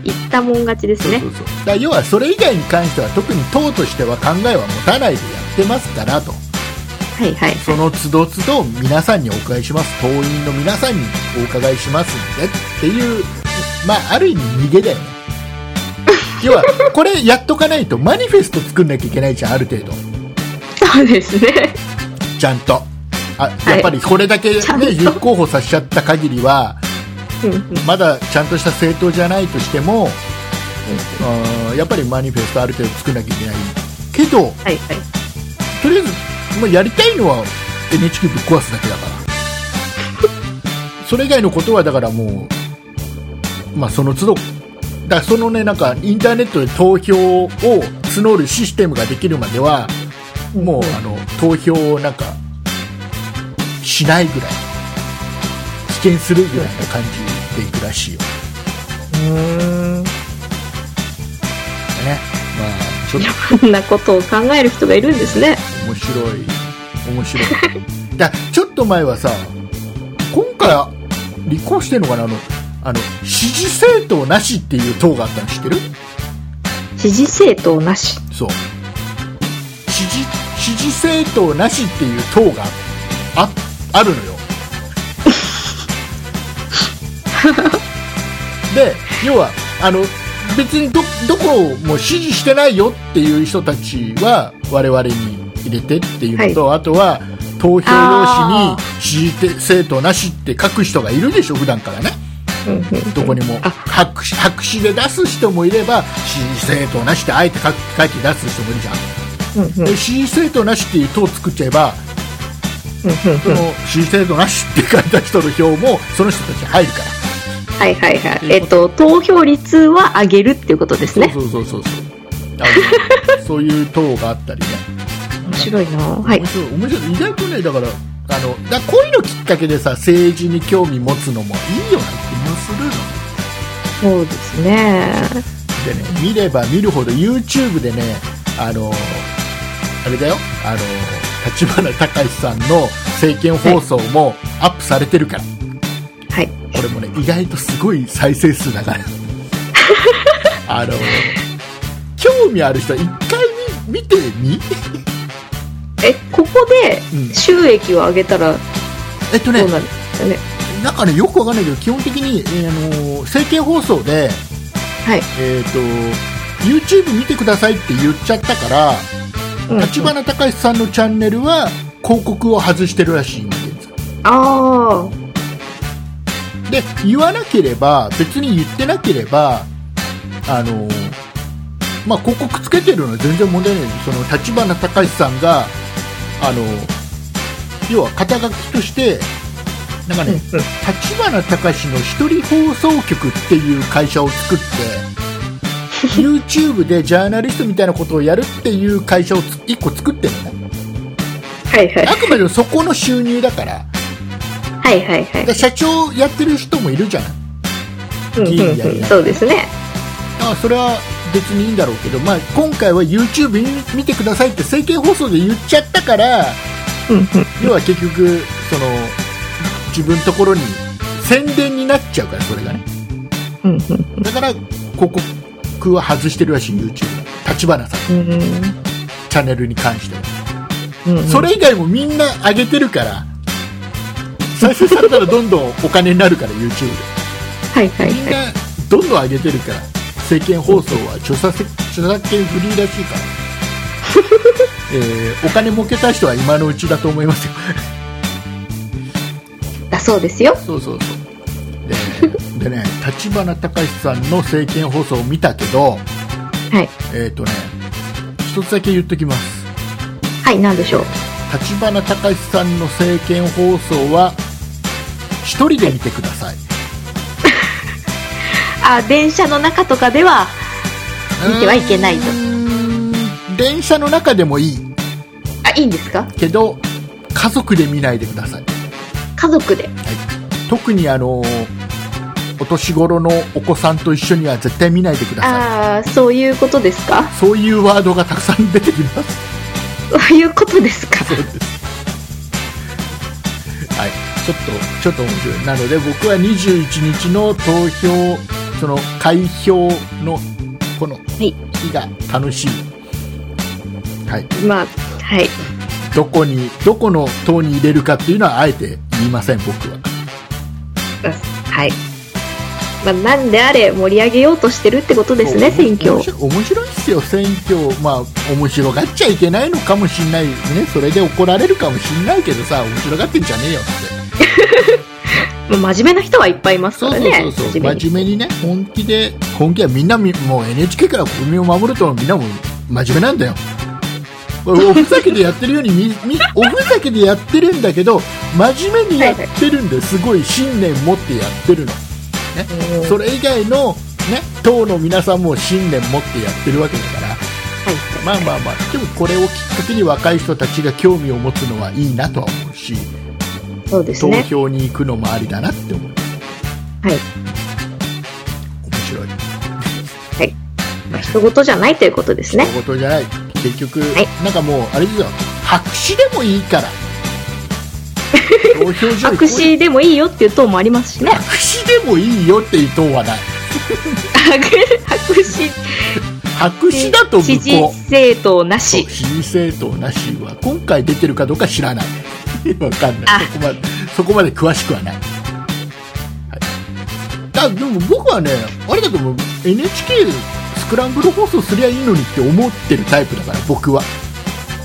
Speaker 3: 言ったもん勝ちですね
Speaker 2: そうそうだから要はそれ以外に関しては特に党としては考えは持たないでやってますからと
Speaker 3: はいはい
Speaker 2: その都度都度皆さんにお伺いします党員の皆さんにお伺いしますんでっていうまあある意味逃げだよ ね要はこれやっとかないとマニフェスト作んなきゃいけないじゃんある程度
Speaker 3: そうですね
Speaker 2: ちゃんとあやっぱりこれだけ、ね
Speaker 3: ちゃんと
Speaker 2: 立候補させちゃった限りは
Speaker 3: うんうん
Speaker 2: まだちゃんとした政党じゃないとしても、うんやっぱりマニフェストある程度作んなきゃいけないけど
Speaker 3: はいはい
Speaker 2: とりあえず、まあ、やりたいのは NHK ぶっ壊すだけだから それ以外のことはだからもう、まあ、その都度だからそのねなんかインターネットで投票を募るシステムができるまではもうあの投票をなんかしないぐらい棄権するぐらいな感じでいくらしいよ
Speaker 3: う
Speaker 2: ねまあちょっと
Speaker 3: ーんこん なことを考える人がいるんですね
Speaker 2: 面白い面白いだちょっと前はさ今回立候補してんのかなあのあの支持政党なしっていう党があったの知ってる
Speaker 3: 支持政党なし
Speaker 2: そう支持支支持政党なしっていう党がああ るのよで要はあの別にどどこも支持してないよっていう人たちは我々に入れてっていうのと、あとは投票用紙
Speaker 3: あ
Speaker 2: に支持政党なしって書く人がいるでしょ普段からねどこにも
Speaker 3: あ
Speaker 2: 白紙白紙で出す人もいれば支持政党なしってあえて書く書いて出す人もいるじゃん、で支持政党なしっていう党を作っちゃえばその支持政党なしって書いた人の票もその人たちに入るから
Speaker 3: はいはいはい。えっと、投票率は上げるっていうことですね。
Speaker 2: そうそうそうそうあのそういう党があったりね
Speaker 3: 面白いなはい
Speaker 2: 面。白い面白い意外とねだからあのだこういうのきっかけでさ政治に興味持つのもいいよなって気もするの
Speaker 3: そうですね。
Speaker 2: でね見れば見るほど YouTube でねあのあれだよあの立花隆さんの政見放送もアップされてるから、
Speaker 3: はい。
Speaker 2: これもね意外とすごい再生数だから あの興味ある人は一回見見てみ
Speaker 3: え、ここで
Speaker 2: うん
Speaker 3: 収益を上げたらど
Speaker 2: えっと
Speaker 3: う
Speaker 2: ね
Speaker 3: なるんですかね。
Speaker 2: なんかねよくわかんないけど基本的に、えーあの政見放送で、
Speaker 3: はい。
Speaker 2: えー、と YouTube 見てくださいって言っちゃったから
Speaker 3: うん
Speaker 2: 立花隆さんのチャンネルは広告を外してるらしいんです
Speaker 3: ああ。
Speaker 2: で言わなければ別に言ってなければあのまあ広告つけてるのは全然問題ないその立花隆さんがあの要は肩書きとしてなんかね、立花隆の一人放送局っていう会社を作って YouTube でジャーナリストみたいなことをやるっていう会社をつ一個作ってるのね
Speaker 3: はいはい。
Speaker 2: あくまでもそこの収入だから
Speaker 3: はいはいは
Speaker 2: だ
Speaker 3: い
Speaker 2: から。社長やってる人もいるじゃない
Speaker 3: うんうんうんそうですね。
Speaker 2: あそれは別にいいんだろうけど、まあ、今回は YouTube に見てくださいって政見放送で言っちゃったから
Speaker 3: うんうん。
Speaker 2: 要は結局その自分のところに宣伝になっちゃうからそれがね
Speaker 3: うん
Speaker 2: だから広告は外してるらしい YouTube 立花さん
Speaker 3: うんうん
Speaker 2: チャンネルに関しては
Speaker 3: うんうん。
Speaker 2: それ以外もみんな上げてるから再生されたらどんどんお金になるから YouTube で
Speaker 3: はいはい
Speaker 2: みん
Speaker 3: はい。
Speaker 2: などんどん上げてるから政見放送は著作著作権フリーらしい から、えーお金儲けたい人は今のうちだと思います よ
Speaker 3: だそうですよ。
Speaker 2: そうそうそうででね立花隆さんの政見放送を見たけど
Speaker 3: はい。
Speaker 2: えっ、とね一つだけ言っときます
Speaker 3: はい、なんでしょう。
Speaker 2: 立花隆さんの政見放送は一人で見てください、
Speaker 3: あ、電車の中とかでは、見てはいけないと
Speaker 2: うーん電車の中でもいい
Speaker 3: あ、いいんですか
Speaker 2: けど家族で見ないでください
Speaker 3: 家族で。
Speaker 2: 特にあのお年頃のお子さんと一緒には絶対見ないでくださ
Speaker 3: ああ、そういうことですか
Speaker 2: いそういうワードがたくさん出てきます
Speaker 3: そういうことですか
Speaker 2: そうですはいちょっとちょっと面白いなので僕は21日の投票その開票のこの
Speaker 3: い
Speaker 2: 日が楽しいはい
Speaker 3: まあ、はい。
Speaker 2: どこにどこの党に入れるかっていうのはあえて言いません僕は
Speaker 3: うんはい。まあ、なんであれ盛り上げようとしてるってことですね、
Speaker 2: そう
Speaker 3: 選挙を
Speaker 2: 面。白い面白いっすよ選挙まあ面白がっちゃいけないのかもしんないねそれで怒られるかもしんないけどさ面白がってんじゃねえよって
Speaker 3: まあ真面目な人はいっぱいいます
Speaker 2: そ
Speaker 3: か
Speaker 2: う
Speaker 3: ら
Speaker 2: そう
Speaker 3: ね。
Speaker 2: そうそう、
Speaker 3: 真面目に
Speaker 2: 真面目にね本気で本気はみんなみもう NHK から国民を守るとみんなも真面目なんだよお おふざけでやってるようにみみおふざけでやってるんだけど真面目にやってるんですごい信念持ってやってるの
Speaker 3: うん
Speaker 2: それ以外のね党の皆さんも信念持ってやってるわけだから
Speaker 3: はい
Speaker 2: まあまあまあでもこれをきっかけに若い人たちが興味を持つのはいいなとは思うし
Speaker 3: そうです
Speaker 2: 投
Speaker 3: ね。
Speaker 2: 票に行くのもありだなって思う
Speaker 3: はい。
Speaker 2: 面白い
Speaker 3: まあ、人事じゃないということですね。
Speaker 2: 大事じゃない結局、
Speaker 3: い
Speaker 2: なんかもうあれですよ白紙でもいいから投票所行こうよ
Speaker 3: 白紙でもいいよっていう党もありますしね。
Speaker 2: 白紙でもいいよっていう党はない
Speaker 3: 白紙、
Speaker 2: 白紙だと向
Speaker 3: 支持
Speaker 2: こう
Speaker 3: 政党なし
Speaker 2: そう。支持政党なしは今回出てるかどうか知らない わかんな
Speaker 3: あ
Speaker 2: いそこまでそこまで詳しくはない、はい、だでも僕はねあれだと思う NHK スクランブル放送すりゃいいのにって思ってるタイプだから僕は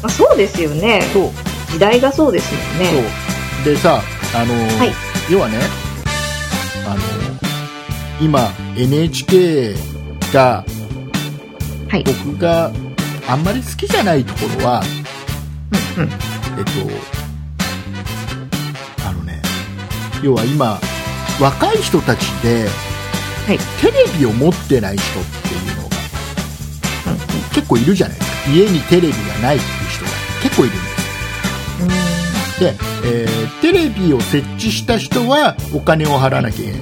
Speaker 3: まあ、そうですよね。
Speaker 2: そう
Speaker 3: 時代がそうですもん
Speaker 2: そう
Speaker 3: ね。
Speaker 2: でさあの、
Speaker 3: い
Speaker 2: 要はねあの今 NHK が
Speaker 3: はい。
Speaker 2: 僕があんまり好きじゃないところは
Speaker 3: うんうん。
Speaker 2: えっとあのね要は今若い人たちで
Speaker 3: はい。
Speaker 2: テレビを持ってない人っていうのが結構いるじゃないですか家にテレビがないっていう人が結構いるんです
Speaker 3: うん
Speaker 2: で、えーテレビを設置した人はお金を払わなきゃいけ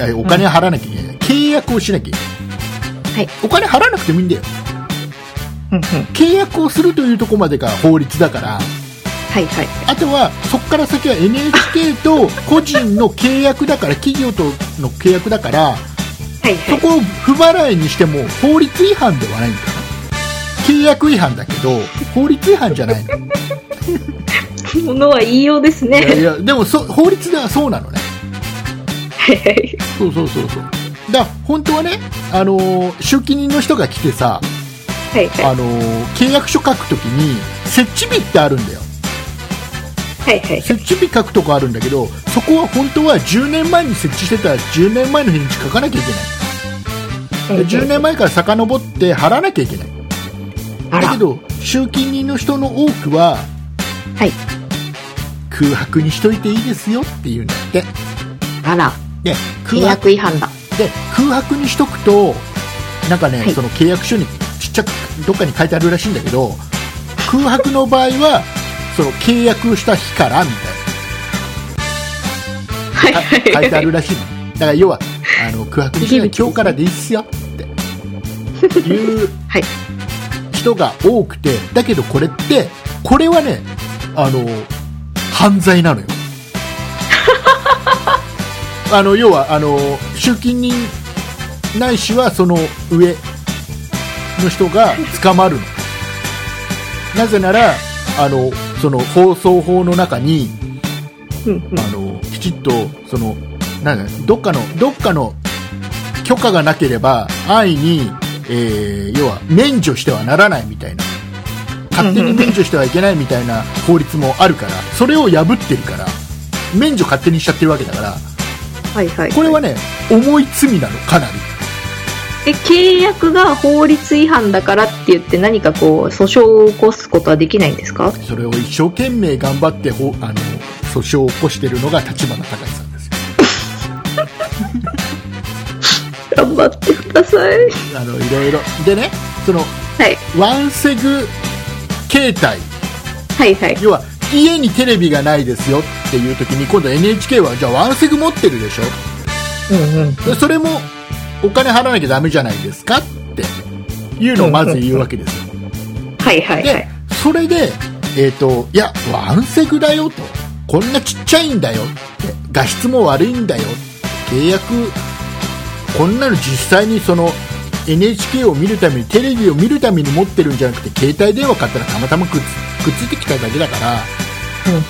Speaker 2: ない、あお金払わなきゃいけない契約をしなきゃいけない、
Speaker 3: はい
Speaker 2: お金払わなくてもいいんだよ
Speaker 3: うんうん。
Speaker 2: 契約をするというところまでが法律だから
Speaker 3: はいはい。
Speaker 2: あとはそこから先は NHK と個人の契約だから企業との契約だから
Speaker 3: はい
Speaker 2: そ
Speaker 3: はい。
Speaker 2: こを不払いにしても法律違反ではないんだよ契約違反だけど法律違反じゃないの
Speaker 3: ものは言いようです
Speaker 2: いやい
Speaker 3: ね。
Speaker 2: やでもそ法律ではそうなのね
Speaker 3: はいはい。
Speaker 2: そうそうそうそうだ本当はね、あのー出勤人の人が来てさ、
Speaker 3: はいはい。
Speaker 2: あのー契約書書くときに設置日ってあるんだよ
Speaker 3: はいはい。
Speaker 2: 設置日書くとこあるんだけどそこは本当は10年前に設置してたら10年前の日にち書かなきゃいけないで10年前から遡って払わなきゃいけない
Speaker 3: あら。
Speaker 2: だけ
Speaker 3: は。
Speaker 2: ど集金人の人の多くはい空白にしといていいですよっていうんだって
Speaker 3: あら。
Speaker 2: で
Speaker 3: 契
Speaker 2: 空白
Speaker 3: 約違反だ。
Speaker 2: で空白にしとくとなんかね、
Speaker 3: はい
Speaker 2: その契約書にちっちゃくどっかに書いてあるらしいんだけど空白の場合はその契約した日からみ
Speaker 3: はい
Speaker 2: たい
Speaker 3: は
Speaker 2: な
Speaker 3: い。
Speaker 2: 書いてあるらしいのだから要はあの空白にしない
Speaker 3: 入り口
Speaker 2: 今日からでいいっすよっていう
Speaker 3: はい。
Speaker 2: 人が多くてだけどこれってこれはねあの犯罪なのよあの要はあの集金人ないしはその上の人が捕まるのなぜならあのその放送法の中に
Speaker 3: うんうん。
Speaker 2: あのきちっとそのなんだどっかのどっかの許可がなければ安易に、えー要は免除してはならないみたいな勝手に免除してはいけないみたいな法律もあるからそれを破ってるから免除勝手にしちゃってるわけだから
Speaker 3: はいはい。
Speaker 2: これはね重い罪なのかなり
Speaker 3: え、契約が法律違反だからって言って何かこう、訴訟を起こすことはできないんですか
Speaker 2: それを一生懸命頑張ってほあの訴訟を起こしてるのが立花隆さんですよ
Speaker 3: 頑張ってください。
Speaker 2: あのいろいろでねその
Speaker 3: はい。
Speaker 2: ワンセグ携帯
Speaker 3: はいはい。
Speaker 2: 要は家にテレビがないですよっていう時に今度 NHK はじゃあワンセグ持ってるでしょ
Speaker 3: うんうん。
Speaker 2: でそれもお金払わなきゃダメじゃないですかっていうのをまず言うわけですよ
Speaker 3: はいはいは
Speaker 2: で
Speaker 3: い。
Speaker 2: それでえっ、といやワンセグだよとこんなちっちゃいんだよって画質も悪いんだよ契約こんなの実際にその NHK を見るためにテレビを見るために持ってるんじゃなくて携帯電話買ったらたまたまくっつくっついてきただけだから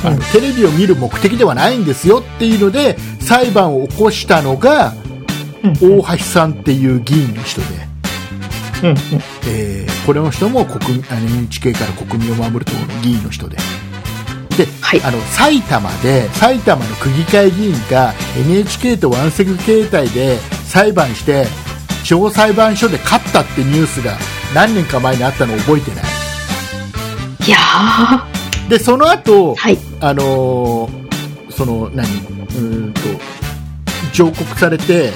Speaker 2: あのテレビを見る目的ではないんですよっていうので裁判を起こしたのが大橋さんっていう議員の人で、
Speaker 3: うんうん。
Speaker 2: えーこれの人も国民あの NHK から国民を守る党の議員の人で。で、
Speaker 3: はい
Speaker 2: あの埼玉で埼玉の区議会議員が NHK とワンセグ携帯で裁判して地方裁判所で勝ったってニュースが何年か前にあったのを覚えてない
Speaker 3: いやー。
Speaker 2: でその後、
Speaker 3: はい。
Speaker 2: あのーその何うーんと上告されて、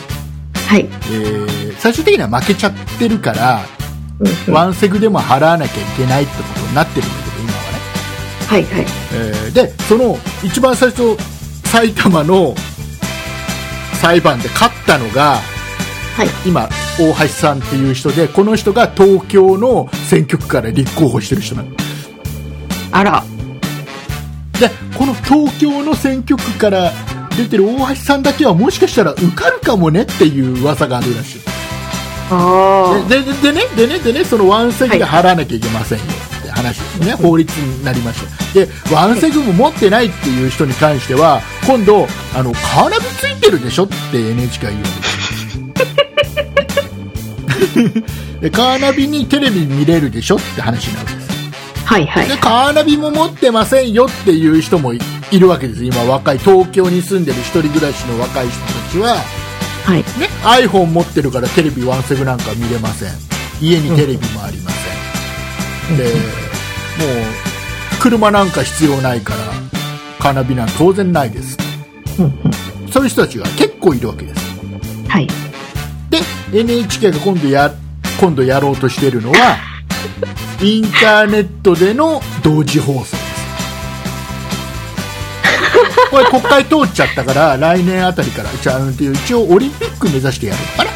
Speaker 3: は
Speaker 2: え
Speaker 3: い。
Speaker 2: ー最終的には負けちゃってるから、
Speaker 3: うんうんは
Speaker 2: ワンセグでも払わなきゃいけないってことになってるんだけど今はね、
Speaker 3: いはい。
Speaker 2: えーでその一番最初埼玉の裁判で勝ったのが
Speaker 3: はい。
Speaker 2: 今大橋さんっていう人でこの人が東京の選挙区から立候補してる人なの
Speaker 3: あら。
Speaker 2: でこの東京の選挙区から出てる大橋さんだけはもしかしたら受かるかもねっていう噂があるらしい
Speaker 3: あ
Speaker 2: でででねでねでねそのワンセグで払わなきゃいけませんよって話ですね、法律になりましたでワンセグも持ってないっていう人に関しては今度あのカーナビついてるでしょって NHK は言うんですよでカーナビにテレビ見れるでしょって話になるんです
Speaker 3: あ。はいはい
Speaker 2: で。カーナビも持ってませんよっていう人もいいるわけです今若い東京に住んでる一人暮らしの若い人たちは
Speaker 3: はい。
Speaker 2: ね、iPhone 持ってるからテレビワンセグなんか見れません家にテレビもありません、でもう車なんか必要ないからカーナビなんか当然ないです
Speaker 3: うんうん。
Speaker 2: そういう人たちが結構いるわけです
Speaker 3: はい。
Speaker 2: で NHK が今度や今度やろうとしてるのはインターネットでの同時放送です これ国会通っちゃったから来年あたりからじゃあ一応オリンピック目指してやるのかな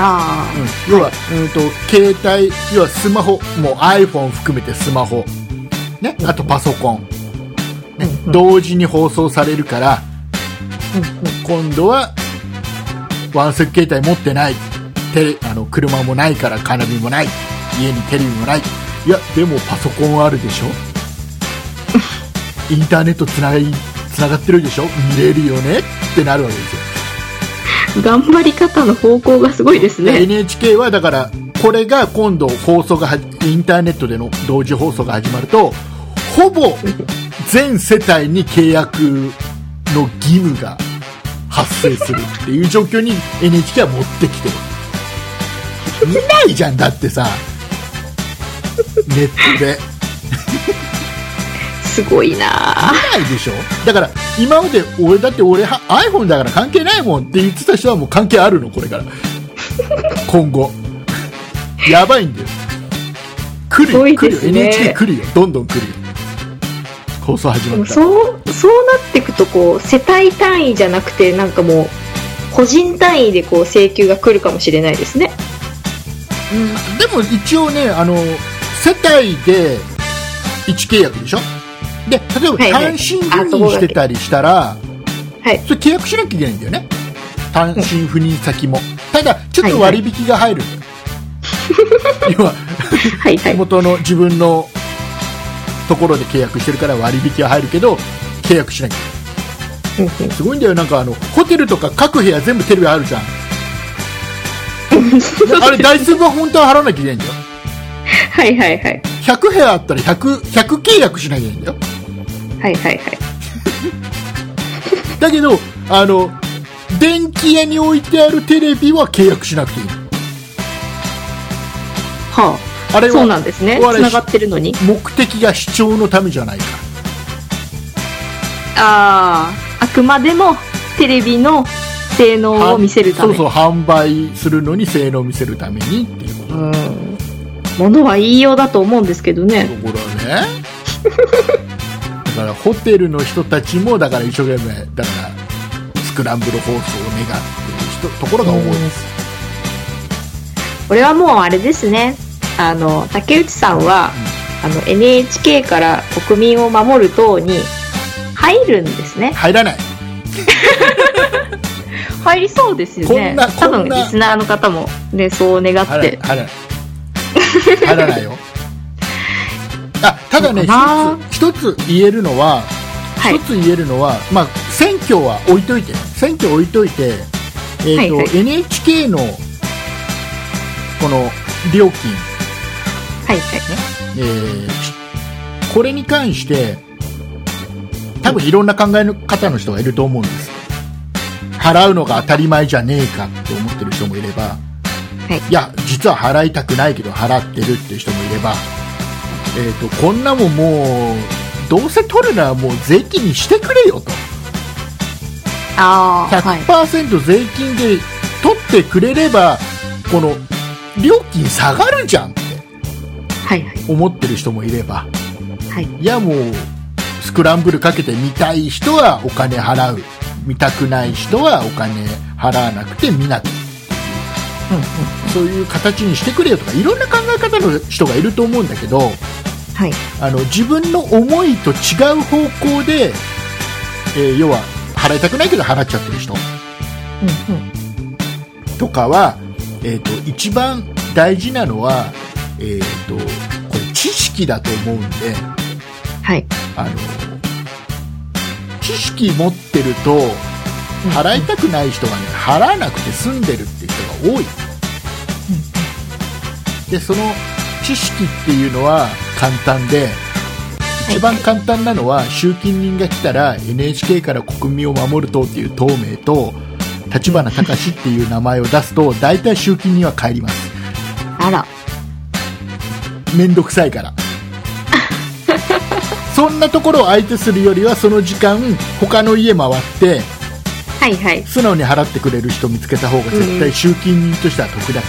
Speaker 3: あ
Speaker 2: うん要は、うんと携帯要はスマホもう iPhone 含めてスマホ、ね、あとパソコン、ね
Speaker 3: うん
Speaker 2: 同時に放送されるから
Speaker 3: あ。うんうん。
Speaker 2: 今度はワンセグ携帯持ってないテレあの車もないからカーナビもない家にテレビもないいやでもパソコンあるで しょインターネットつながりつながってるでしょ見れるよねってなるわけですよ
Speaker 3: 頑張り方の方向がすごいです
Speaker 2: で
Speaker 3: ね。
Speaker 2: NHK はだからこれが今度放送がはインターネットでの同時放送が始まるとほぼ全世帯に契約の義務が発生するっていう状況に NHK は持ってきてる見ないじゃんだってさネットです
Speaker 3: ごいなぁ。
Speaker 2: 見ないでしょだから今まで俺だって俺は iPhone だから関係ないもんって言ってた人はもう関係あるのこれから今後やばいんだよ来る
Speaker 3: すご
Speaker 2: よ
Speaker 3: い
Speaker 2: 来
Speaker 3: で
Speaker 2: るよ
Speaker 3: すね
Speaker 2: NHK 来るよどんどん来るよ放送始
Speaker 3: で
Speaker 2: ま
Speaker 3: も
Speaker 2: ったら
Speaker 3: そう、そうなっていくと、こう、世帯単位じゃなくて、なんかもう、個人単位でこう請求が来るかもしれないですね。
Speaker 2: でも一応ねあの世帯で1契約でしょで例えば
Speaker 3: はいはい
Speaker 2: 単身赴任してたりしたら、
Speaker 3: はい。
Speaker 2: それ契約しなきゃいけないんだよね単身赴任先もただちょっと割引が入るんだよ、要は
Speaker 3: はいは
Speaker 2: 手
Speaker 3: い。
Speaker 2: 元の自分のところで契約してるから割引は入るけど契約しなきゃ
Speaker 3: うんうん
Speaker 2: すごいんだよなんかあのホテルとか各部屋全部テレビあるじゃんあれ台数分本当は払わなきゃいけないんだよ
Speaker 3: はいはいはい。
Speaker 2: 100部屋あったら 100, 100契約しなきゃいけないんだよ
Speaker 3: はいはいはい。
Speaker 2: だけどあの電気屋に置いてあるテレビは契約しなくていい
Speaker 3: は
Speaker 2: あれ
Speaker 3: あ。
Speaker 2: は
Speaker 3: そうなんですね。
Speaker 2: お笑い
Speaker 3: 繋がってるのに。
Speaker 2: 目的が視聴のためじゃないか
Speaker 3: ああ。あくまでも、テレビの性能を見せるため。
Speaker 2: そうそう販売するのに性能を見せるためにっていうこと
Speaker 3: うん。ものは言いようだと思うんですけどね。
Speaker 2: ところ ねだからホテルの人たちもだから一生懸命だからスクランブル放送を願ってる人ところが多いです、
Speaker 3: これはもうあれですねあの竹内さんは、あの NHK から国民を守る党に入るんですね
Speaker 2: 入らない
Speaker 3: 入りそうですよね
Speaker 2: こんな
Speaker 3: 多
Speaker 2: こん
Speaker 3: 分
Speaker 2: な
Speaker 3: リスナーの方もねそう願っ
Speaker 2: 入らない
Speaker 3: て
Speaker 2: 入らない入らないよ あただね
Speaker 3: そうかな
Speaker 2: 一つ一つ言えるのは
Speaker 3: はい
Speaker 2: 一つ言えるのは、まあ、選挙は置いといて選挙置いといて、えーと
Speaker 3: はいはい
Speaker 2: NHK のこの料金、
Speaker 3: はいはい
Speaker 2: えーこれに関して多分いろんな考えの方の人がいると思うんです払うのが当たり前じゃねえかって思ってる人もいれば、
Speaker 3: い
Speaker 2: い、や実は払いたくないけど払ってるっていう人もいれば、えー、とこんなもんもうどうせ取るならもう税金にしてくれよと
Speaker 3: ああはい
Speaker 2: 100%税金で取ってくれればこの料金下がるじゃんって
Speaker 3: はいはい
Speaker 2: 思ってる人もいれば
Speaker 3: はい
Speaker 2: いやもうスクランブルかけて見たい人はお金払う見たくない人はお金払わなくて見なく
Speaker 3: うんうん
Speaker 2: そういう形にしてくれよとかいろんな考え方の人がいると思うんだけど
Speaker 3: はい
Speaker 2: あの自分の思いと違う方向で、えー要は払いたくないけど払っちゃってる人
Speaker 3: うんうん
Speaker 2: とかはえー、と一番大事なのは、えー、とこれ知識だと思うんで
Speaker 3: はい。
Speaker 2: あの知識持ってると払いたくない人がね払わなくて済んでるっていう人が多いでその知識っていうのは簡単で一番簡単なのは集金人が来たら NHK から国民を守る党っていう党名と立花隆っていう名前を出すと大体集金人は帰ります
Speaker 3: あら。
Speaker 2: 面倒くさいからそんなところを相手するよりはその時間他の家回って
Speaker 3: はいはい。
Speaker 2: 素直に払ってくれる人見つけた方が絶対集金人としては得だか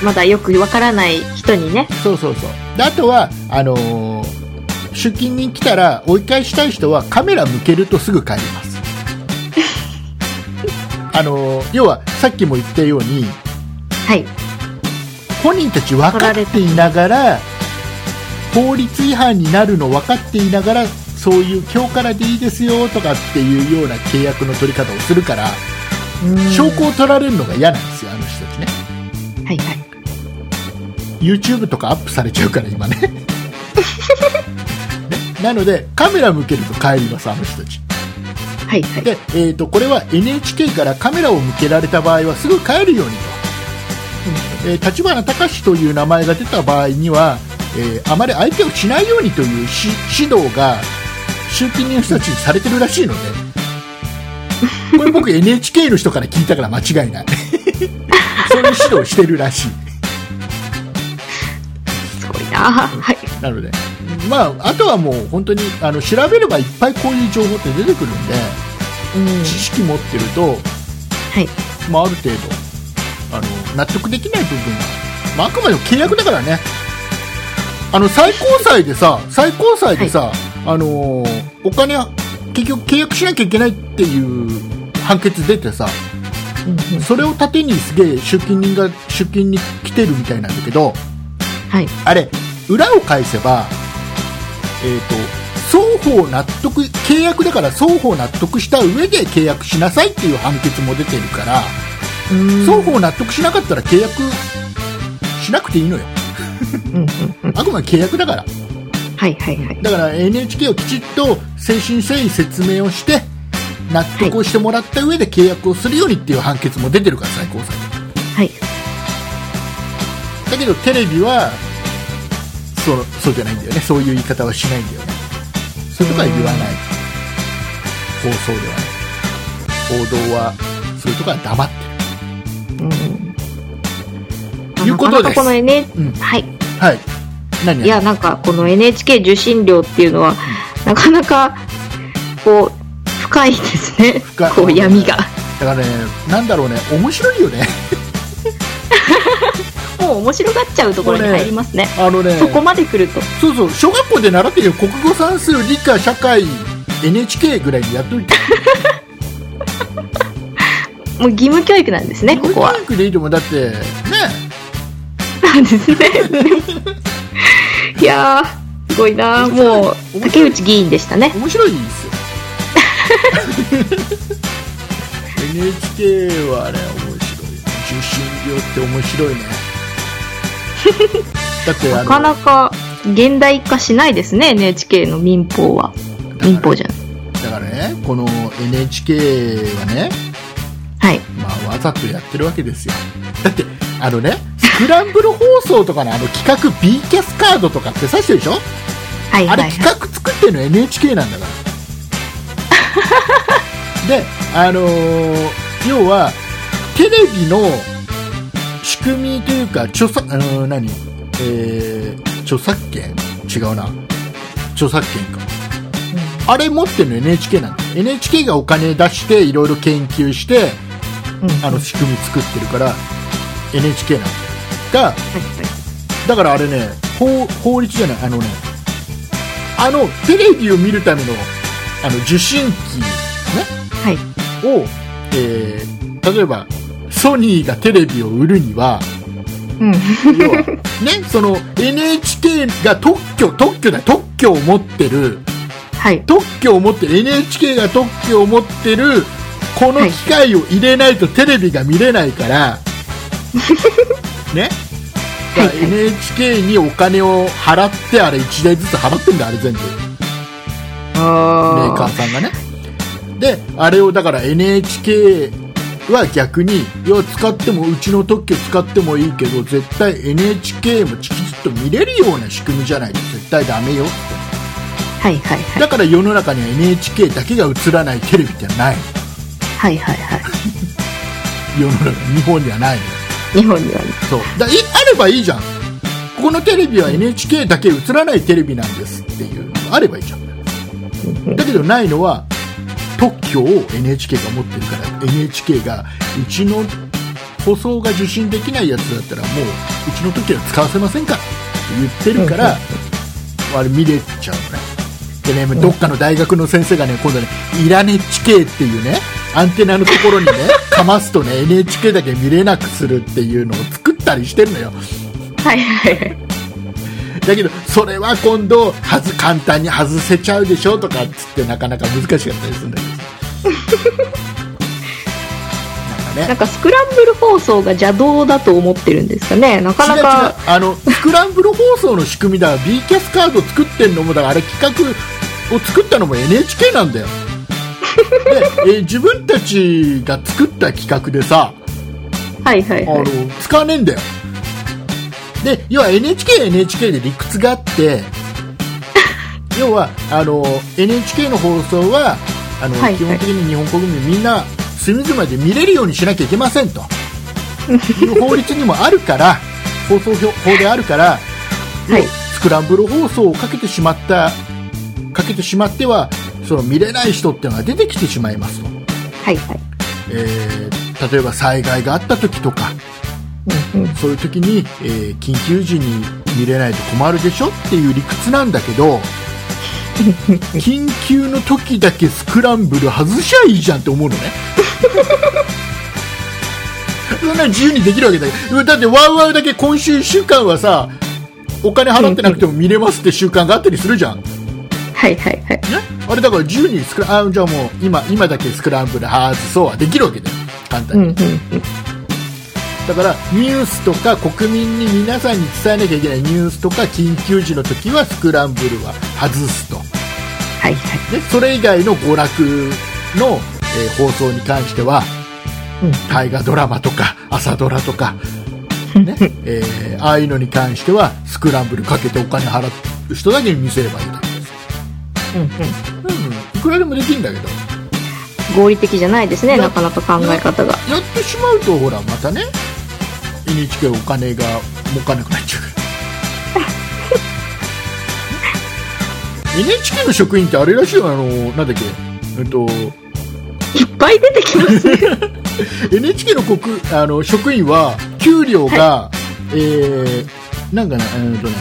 Speaker 2: ら、
Speaker 3: まだよくわからない人にね。
Speaker 2: そうそうそうであとはあのー出勤に来たら追い返したい人はカメラ向けるとすぐ帰りますあのー要はさっきも言ったように
Speaker 3: はい。
Speaker 2: 本人たち分かっていながら法律違反になるの分かっていながらそういう今日からでいいですよとかっていうような契約の取り方をするから証拠を取られるのが嫌なんですよあの人たちね
Speaker 3: はいはい。
Speaker 2: YouTube とかアップされちゃうから今ねねなのでカメラ向けると帰りますあの人たち
Speaker 3: はいはい。
Speaker 2: で、えー、とこれは NHK からカメラを向けられた場合はすぐ帰るようにと、えー、立花隆という名前が出た場合には、えーあまり相手をしないようにというし指導が集金人の人たちにされてるらしいのでこれ僕 NHK の人から聞いたから間違いないそういう指導をしてるらしい
Speaker 3: すごいなはい。
Speaker 2: なので、まあ、あとはもう本当にあの調べればいっぱいこういう情報って出てくるんで、
Speaker 3: うん。
Speaker 2: 知識持ってると、
Speaker 3: はい。
Speaker 2: まあ、ある程度あの納得できない部分が、まあ、あくまでも契約だからねあの最高裁でさ最高裁でさ、あのーお金結局契約しなきゃいけないっていう判決出てさ
Speaker 3: うんうん
Speaker 2: それを盾にすげえ出勤人が出勤に来てるみたいなんだけど、
Speaker 3: はい。
Speaker 2: あれ、裏を返せば、えっ、と、双方納得、契約だから双方納得した上で契約しなさいっていう判決も出てるから、
Speaker 3: うん
Speaker 2: 双方納得しなかったら契約しなくていいのよ。
Speaker 3: うんうんうん。
Speaker 2: あくまで契約だから。
Speaker 3: はいはいはい。
Speaker 2: だから NHK をきちっと誠心誠意説明をして、納得をしてもらった上で契約をするようにっていう判決も出てるから、最高裁。
Speaker 3: はい。
Speaker 2: だけどテレビはそうそうじゃないんだよねそういう言い方はしないんだよねそういうとこは言わない放送ではない報道はそういうとこは黙って
Speaker 3: まあ
Speaker 2: いうことです
Speaker 3: なかなかこの N、
Speaker 2: うん
Speaker 3: はい。
Speaker 2: るはい何
Speaker 3: いや、なんかこの NHK 受信料っていうのは、なかなか、こう、深いですね。
Speaker 2: 深い
Speaker 3: こう闇
Speaker 2: だ
Speaker 3: が。
Speaker 2: からねなんだろうね面白いよね
Speaker 3: もう面白がっちゃうところに入りますね。
Speaker 2: あのね
Speaker 3: そこまで来ると。
Speaker 2: そうそう小学校で習ってるよ国語算数理科社会 NHK ぐらいでやっといて
Speaker 3: もう義務教育なんですね、ここは
Speaker 2: 教。育でいいと思うだってね
Speaker 3: なんですね。いやー、すごいなー。もう、竹内議員でしたね。
Speaker 2: 面白いです よ NHK はね面白いね受信料って面白い ねだってあ
Speaker 3: な
Speaker 2: の
Speaker 3: かなか現代化しないですね、NHK の民放は。民放じゃない。
Speaker 2: だからねこの NHK はね、
Speaker 3: はい。
Speaker 2: まあ、わざとやってるわけですよだってあのねスクランブル放送とかのあの企画 B キャスカードとかって指してるでしょ
Speaker 3: はい
Speaker 2: あ
Speaker 3: はい
Speaker 2: れ
Speaker 3: はい。
Speaker 2: 企画作ってるの NHK なん だから。で、あのー要は、テレビの仕組みというか、著作、あのー何えー、著作権違うな。著作権か。あれ持ってるの NHK なんだ。NHK がお金出して、いろいろ研究して、
Speaker 3: うん
Speaker 2: あの仕組み作ってるから、NHK なんだ。が、だからあれね法法律じゃないあのねあのテレビを見るためのあの受信機、
Speaker 3: はい。
Speaker 2: ね、を、えー例えばソニーがテレビを売るには
Speaker 3: うん。
Speaker 2: 要はねその NHK が特許特許だ特許を持ってる
Speaker 3: はい。
Speaker 2: 特許を持ってる NHK が特許を持ってるこの機械を入れないとテレビが見れないから、ねだから NHK にお金を払ってあれ1台ずつ払ってんだあれ全部メーカー
Speaker 3: あ
Speaker 2: さんがねであれをだから NHK は逆にいや使ってもうちの特許使ってもいいけど絶対 NHK もチキチッと見れるような仕組みじゃないと絶対ダメよ
Speaker 3: ーはいはいはい
Speaker 2: だから世の中には NHK だけが映らないテレビってない
Speaker 3: はいはいはい
Speaker 2: 世の中日本にはないのよ
Speaker 3: 日本にはね
Speaker 2: そうだいあればいいじゃんここのテレビは NHK だけ映らないテレビなんですっていうのがあればいいじゃんだけどないのは特許を NHK が持ってるから NHK がうちの放送が受信できないやつだったらもううちの特許は使わせませんからって言ってるからあれ見れちゃうのねでね、どっかの大学の先生がね今度ねイラネチケっていうねアンテナのところにねかますとね NHK だけ見れなくするっていうのを作ったりしてるのよ
Speaker 3: はいはいはい
Speaker 2: だけどそれは今度はず簡単に外せちゃうでしょとかっつってなかなか難しかったりするんだけどなんか
Speaker 3: な
Speaker 2: ね
Speaker 3: んかスクランブル放送が邪道だと思ってるんですかねなかな
Speaker 2: 違う違う
Speaker 3: か
Speaker 2: あのスクランブル放送の仕組みだ B キャスカード作ってんのもだからあれ企画を作ったのも NHK なんだよで、えー自分たちが作った企画でさ
Speaker 3: はいはい
Speaker 2: あ
Speaker 3: は
Speaker 2: の
Speaker 3: い
Speaker 2: 使わねえんだよで要は NHK は NHK で理屈があって 要はあの NHK の放送はあの、
Speaker 3: はいはい
Speaker 2: 基本的に日本国民みんな隅々まで見れるようにしなきゃいけませんという法律にもあるから 放送法であるから、
Speaker 3: はい
Speaker 2: スクランブル放送をかけてしまったかけてしまってはその見れない人っていうのが出てきてしまいますと、
Speaker 3: はいはい
Speaker 2: えー例えば災害があった時とか
Speaker 3: うんうん
Speaker 2: そういう時に、えー緊急時に見れないと困るでしょっていう理屈なんだけど緊急の時だけスクランブル外しゃいいじゃんって思うのね そんな自由にできるわけだよだってワウワウだけ今週1週間はさお金払ってなくても見れますって習慣があったりするじゃん、ね、
Speaker 3: はいはいはい
Speaker 2: あれだから自由にスクランあじゃあもう今今だけスクランブル外そうはできるわけだよ簡単
Speaker 3: うん
Speaker 2: に、
Speaker 3: うんうん
Speaker 2: だからニュースとか国民に皆さんに伝えなきゃいけないニュースとか緊急時の時はスクランブルは外すと
Speaker 3: はいはい
Speaker 2: でそれ以外の娯楽の、えー放送に関しては
Speaker 3: うん
Speaker 2: 大河ドラマとか朝ドラとか、ねえーああいうのに関してはスクランブルかけてお金払う人だけに見せればいいだけです、
Speaker 3: うんうん
Speaker 2: うん、いくらでもできるんだけど
Speaker 3: 合理的じゃないですね
Speaker 2: な
Speaker 3: なかなか考え方が
Speaker 2: やってしまうとほらまたね NHK お金が儲かんなくなっちゃうから NHK の職員ってあれらしいよあのなんだっけえっと
Speaker 3: いっぱい出てき ますね
Speaker 2: NHK の国あの職員は給料が、えーなんかねえーっとね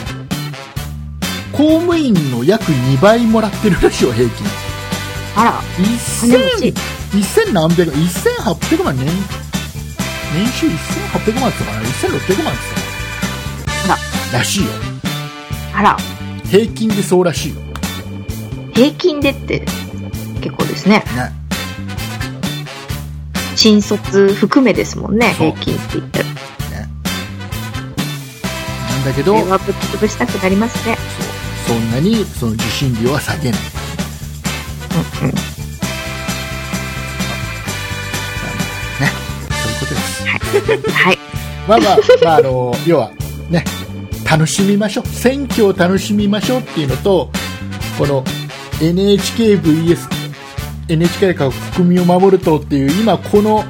Speaker 2: 公務員の約2倍もらってるらしいよ平均
Speaker 3: あら金持ち
Speaker 2: 1000 1000何百1800万年年収1800万って言ったかな1600万って言ったかならしいよ
Speaker 3: あら
Speaker 2: 平均でそうらしいよ、ね、
Speaker 3: 平均でって結構ですね新卒含めですもんね
Speaker 2: そう
Speaker 3: 平均って言ったら
Speaker 2: なんだけど
Speaker 3: これはぶっ潰したくなります ね
Speaker 2: そうそんなにその受信料は下げない
Speaker 3: うんうん
Speaker 2: ねそういうことです
Speaker 3: はい
Speaker 2: まあまあまああの要はね楽しみましょう選挙を楽しみましょうっていうのとこの NHKVS NHK が国民を守るとっていう今この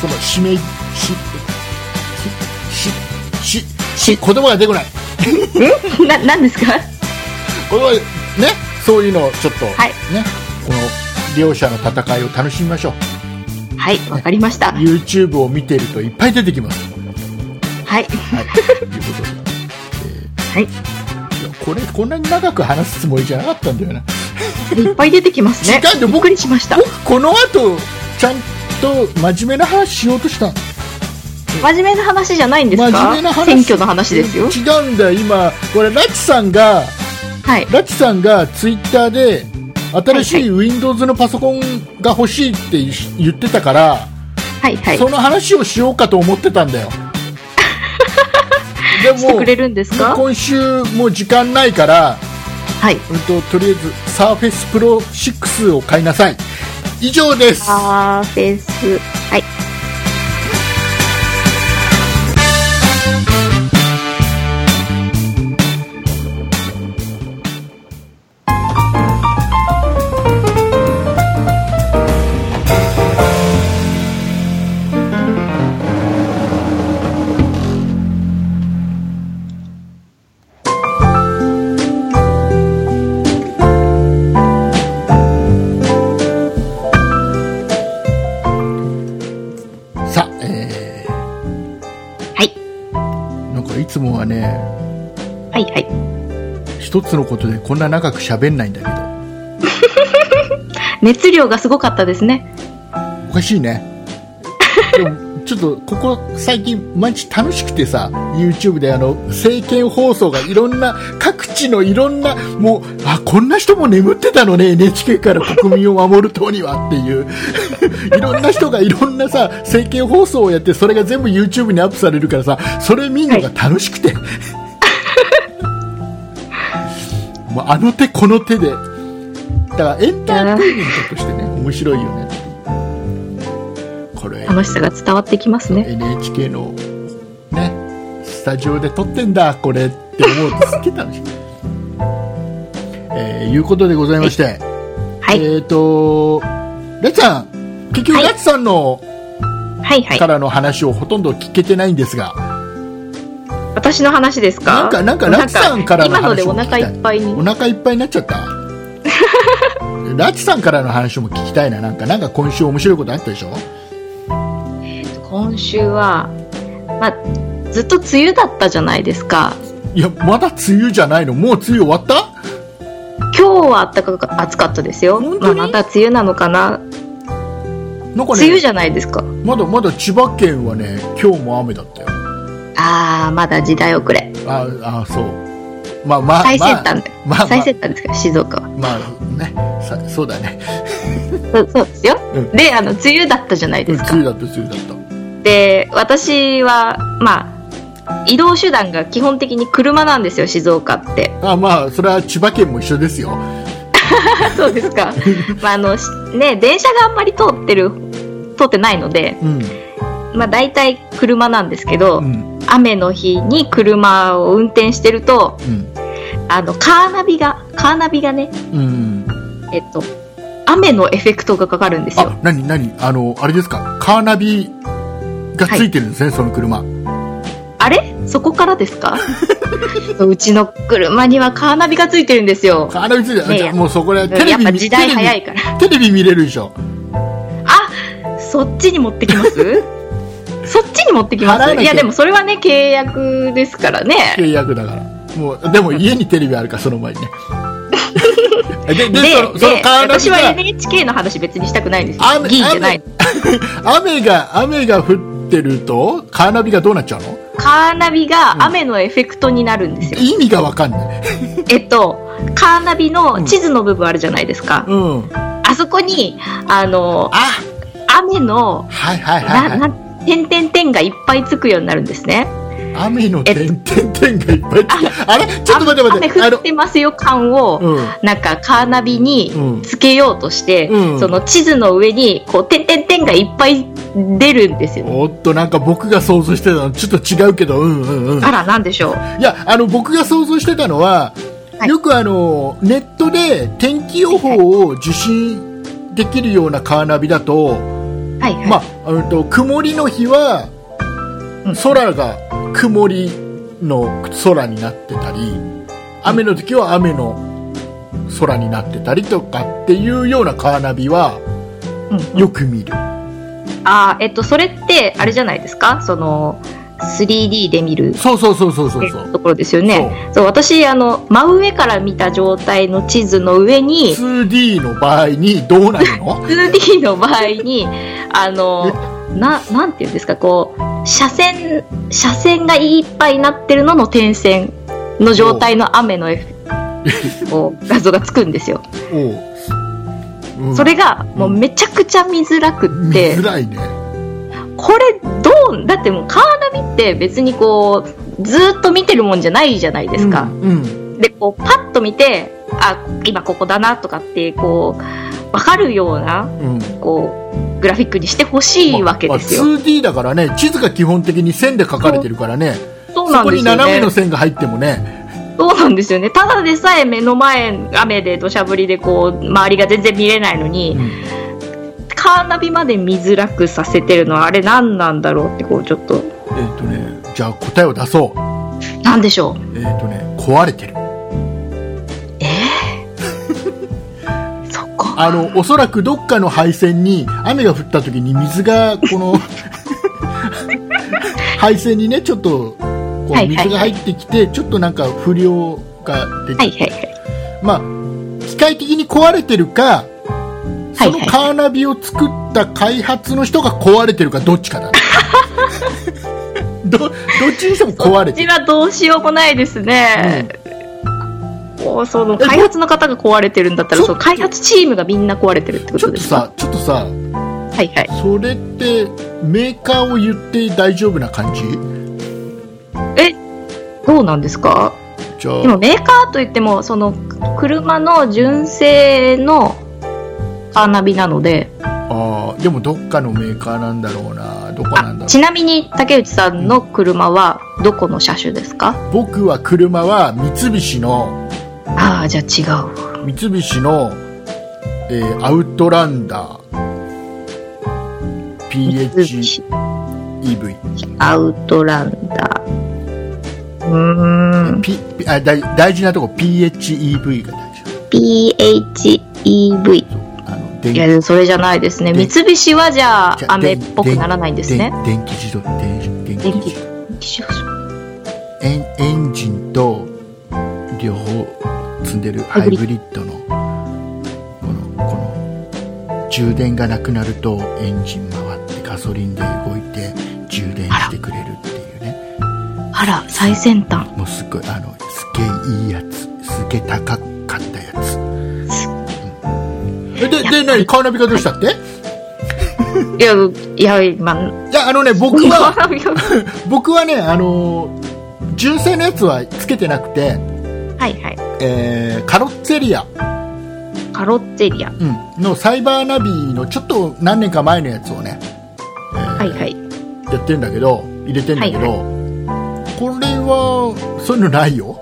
Speaker 2: その指名ししししし言葉が出てこない
Speaker 3: な何ですか
Speaker 2: これはねそういうのをちょっと、
Speaker 3: はい
Speaker 2: ねこの両者の戦いを楽しみましょう
Speaker 3: はいわかりました
Speaker 2: YouTube を見てるといっぱい出てきます
Speaker 3: はい
Speaker 2: はい、ということで、
Speaker 3: はい
Speaker 2: えーいやこれこんなに長く話すつもりじゃなかったんだよな
Speaker 3: いっぱい出てきますね
Speaker 2: 違うんだよ僕
Speaker 3: びっくりしました
Speaker 2: 僕この後ちゃんと真面目な話しようとしたん
Speaker 3: 真面目な話じゃないんですか
Speaker 2: 真面目な話
Speaker 3: 選挙の話ですよ
Speaker 2: 違うんだよ今これラチさんが
Speaker 3: はい
Speaker 2: ラチさんがツイッターで新しい Windows のパソコンが欲しいって言ってたから、
Speaker 3: はいはい
Speaker 2: その話をしようかと思ってたんだ よで
Speaker 3: してくれるんですか
Speaker 2: 今週もう時間ないから、
Speaker 3: はい
Speaker 2: うん、ととりあえずサーフェスプロ6を買いなさい以上です
Speaker 3: あーフェスはい
Speaker 2: さあえ
Speaker 3: はい
Speaker 2: ー、なんかいつもはね
Speaker 3: はいはい
Speaker 2: 一つのことでこんな長く喋んないんだけ
Speaker 3: 熱量がすごかったですね
Speaker 2: どおかしいねでもちょっとここ最近毎日楽しくてさ YouTube であの政見放送がいろんな各地のいろんなもうあこんな人も眠ってたのね NHK から国民を守る党にはっていう いろんな人がいろんなさ政見放送をやってそれが全部 YouTube にアップされるからさそれ見るのが楽しくて、もうあの手この手でだからエンターテインメントとしてね面白いよねこれ
Speaker 3: 楽しさが伝わってきますね
Speaker 2: NHK のねスタジオで撮ってんだこれって思うとすっげえ楽しい、 えーいうことでございまして、
Speaker 3: はい、
Speaker 2: えっ、とレッツさん結局
Speaker 3: はい
Speaker 2: レッツさんの
Speaker 3: はいはい
Speaker 2: からの話をほとんど聞けてないんですが、
Speaker 3: 私の話ですか
Speaker 2: なんかなんかラチさんからの
Speaker 3: 今ので
Speaker 2: 話
Speaker 3: お
Speaker 2: も聞きた
Speaker 3: 腹い
Speaker 2: い
Speaker 3: っぱいに
Speaker 2: お腹いっぱいになっちゃった ラチさんからの話も聞きたいななんかなんか今週面白いことあったでしょ
Speaker 3: 今週は、まあ、ずっと梅雨だったじゃないですか
Speaker 2: いやまだ梅雨じゃないのもう梅雨終わった
Speaker 3: 今日は暖かか暑かったですよ、
Speaker 2: 本
Speaker 3: ま
Speaker 2: 当
Speaker 3: あ、
Speaker 2: に
Speaker 3: また梅雨なのか
Speaker 2: な
Speaker 3: な
Speaker 2: んか
Speaker 3: 梅雨
Speaker 2: ね
Speaker 3: じゃないですか
Speaker 2: まだまだ千葉県はね今日も雨だったよ
Speaker 3: ああまだ時代遅れ
Speaker 2: ああそうまあまあ
Speaker 3: 最先端で、
Speaker 2: まあまあ
Speaker 3: 最先端ですから静岡は
Speaker 2: まあ、まあねさそうだね
Speaker 3: そうそうですよ、
Speaker 2: うん
Speaker 3: であの梅雨だったじゃないです
Speaker 2: 梅
Speaker 3: か、
Speaker 2: 雨だった梅雨だった
Speaker 3: で私はまあ移動手段が基本的に車なんですよ静岡って
Speaker 2: あまあそれは千葉県も一緒ですよ
Speaker 3: そうですか。まああのしね電車があんまり通ってる通ってないので、
Speaker 2: うん
Speaker 3: まあ大体車なんですけど、
Speaker 2: うん
Speaker 3: 雨の日に車を運転してると
Speaker 2: うん
Speaker 3: あのカーナビがカーナビがね
Speaker 2: うん
Speaker 3: えっと雨のエフェクトがかかるんですよ
Speaker 2: あ。何何あのあれですかカーナビがついてるんですね、その車
Speaker 3: あれそこからで すか？そううちの車にはカーナビがついてるんですよ。
Speaker 2: カーナビついてる、あ
Speaker 3: ねえ
Speaker 2: じゃあもうそこでテレ
Speaker 3: やっ
Speaker 2: ビ
Speaker 3: ぱ
Speaker 2: 見
Speaker 3: 時代早いから。
Speaker 2: テレビテレビ見れるでしょ
Speaker 3: あそっちに持ってきます そっちに持ってきま
Speaker 2: 払わな
Speaker 3: す
Speaker 2: きゃ
Speaker 3: いやでもそれはね契約ですからね
Speaker 2: 契約だからもうでも家にテレビあるからその前に ねでで
Speaker 3: で
Speaker 2: そのその
Speaker 3: で
Speaker 2: カーナビ
Speaker 3: 私は
Speaker 2: が
Speaker 3: NHK の話別にしたくないんですよ
Speaker 2: 雨
Speaker 3: 議員じゃない
Speaker 2: 雨雨が雨が降ってるとカーナビがどうなっちゃうの
Speaker 3: カーナビが雨のエフェクトになるんですよ、
Speaker 2: 意味がわかんない
Speaker 3: えっとカーナビの地図の部分あるじゃないですか、
Speaker 2: うん
Speaker 3: あそこにあの
Speaker 2: あ
Speaker 3: 雨の
Speaker 2: はいはいはい、
Speaker 3: な
Speaker 2: は、
Speaker 3: ない点々点がいっぱいつくようになるんですね
Speaker 2: 雨の点々点がいっぱいつくあれちょっと待って待っ
Speaker 3: 雨
Speaker 2: てあ
Speaker 3: 降
Speaker 2: の
Speaker 3: ってますよ感を、
Speaker 2: うん
Speaker 3: なんかカーナビにつけようとして、
Speaker 2: うん
Speaker 3: その地図の上にこう点々点がいっぱい出るんですよ。
Speaker 2: おっとなんか僕が想像してたのちょっと違うけどうんうんうん
Speaker 3: あら、なんでしょう。
Speaker 2: いやあの僕が想像してたのは、
Speaker 3: はい
Speaker 2: よくあのネットで天気予報を受信できるようなカーナビだと、
Speaker 3: はいはい。
Speaker 2: まあ、うんと曇りの日は
Speaker 3: うん
Speaker 2: 空が曇りの空になってたり雨の時は雨の空になってたりとかっていうようなカーナビは
Speaker 3: うん
Speaker 2: よく見る、
Speaker 3: あーえっと、それって、あれじゃないですかその、3D で見る
Speaker 2: そうそうそうそうそうそう
Speaker 3: ところですよね。そう、私、あの、真上から見た状態の地図の上に、
Speaker 2: 2D の場合にどうなる の
Speaker 3: 2D の場合に、あの、な、なんていうんですか、こう、車線、車線がいっぱいになってるのの点線の状態の雨の F こう画像がつくんですよ。
Speaker 2: おう、うん
Speaker 3: それがもうめちゃくちゃ見づらくっ
Speaker 2: 見
Speaker 3: て
Speaker 2: づ、らいね
Speaker 3: これどうだってもうカーナビって別にこうずっと見てるもんじゃないじゃないですか、
Speaker 2: うん
Speaker 3: でこうパッと見てあ今ここだなとかってこう分かるような
Speaker 2: うん
Speaker 3: こうグラフィックにしてほしいわけですよ、
Speaker 2: まあまあ 2D だからね地図が基本的に線で書かれてるからね
Speaker 3: そう
Speaker 2: そ
Speaker 3: なん
Speaker 2: こ
Speaker 3: で
Speaker 2: に
Speaker 3: すよ
Speaker 2: 斜め
Speaker 3: ね
Speaker 2: の線が入ってもね
Speaker 3: そうなんですよねただでさえ目の前雨で土砂降りでこう周りが全然見れないのに、カーナビまで見づらくさせてるのはあれ何なんだろうってこうちょっと
Speaker 2: えっ、とねじゃあ答えを出そう
Speaker 3: なんでしょ
Speaker 2: えっ、とね壊れてる
Speaker 3: うそこ
Speaker 2: あのおそらくどっかの配線に雨が降った時に水がこ の配線にねちょっとこう
Speaker 3: はいはい
Speaker 2: 水が入ってきてちょっとなんか不良が出て、
Speaker 3: はいはいはい
Speaker 2: まあ機械的に壊れてるか
Speaker 3: は
Speaker 2: そ
Speaker 3: い
Speaker 2: の
Speaker 3: はい
Speaker 2: カーナビを作った開発の人が壊れてるかどっち かだどどっちにしても壊れ
Speaker 3: こ
Speaker 2: て
Speaker 3: ち
Speaker 2: る
Speaker 3: らどうしようもないですね、もうその開発の方が壊れてるんだったら
Speaker 2: ち
Speaker 3: そ
Speaker 2: ょっ
Speaker 3: う
Speaker 2: と
Speaker 3: 開発チームがみんな壊れてるってこ
Speaker 2: ちょ
Speaker 3: と
Speaker 2: っ
Speaker 3: で
Speaker 2: と
Speaker 3: すか
Speaker 2: さちょっとさ
Speaker 3: はいはい
Speaker 2: それってメーカーを言って大丈夫な感じ
Speaker 3: どうなんですか
Speaker 2: じゃあ
Speaker 3: でもメーカーといってもその車の純正のカーナビなので
Speaker 2: あーでもどっかのメーカーなんだろうなどこなんだ
Speaker 3: あ
Speaker 2: ろ
Speaker 3: ちなみに竹内さんの車はどこの車種ですか
Speaker 2: う僕は車は三菱の
Speaker 3: ああじゃあ違うわ
Speaker 2: 三菱の、えーアウトランダー PHEV
Speaker 3: アウトランダーうーん
Speaker 2: P あ大大事なとこ PHEV が大事
Speaker 3: PHEV
Speaker 2: あの
Speaker 3: い
Speaker 2: 電
Speaker 3: やそれじゃないですね
Speaker 2: で
Speaker 3: 三菱はじゃあ
Speaker 2: じゃ
Speaker 3: 雨っぽくならないんですね
Speaker 2: で電気自動電電気
Speaker 3: 電
Speaker 2: 自
Speaker 3: 気
Speaker 2: 動
Speaker 3: ハ
Speaker 2: エンエンジンと両方積んでるハイブリッドのこのこの充電がなくなるとエンジン回ってガソリンで動いて充電してくれるっていうね
Speaker 3: ラ最先端
Speaker 2: もうすっごいあのすげえいいやつすげえ高かったやつえでで何カーナビがどうしたって
Speaker 3: いやいやまあ
Speaker 2: いやあのね僕は
Speaker 3: は
Speaker 2: 僕はねあのー純正のやつはつけてなくて、
Speaker 3: いはい
Speaker 2: えーカロッツェリア
Speaker 3: カロッツェリア
Speaker 2: うんのサイバーナビのちょっと何年か前のやつをね、えー
Speaker 3: はいはい
Speaker 2: やってんだけど入れてんだけど、
Speaker 3: はい
Speaker 2: これはそういうのないよ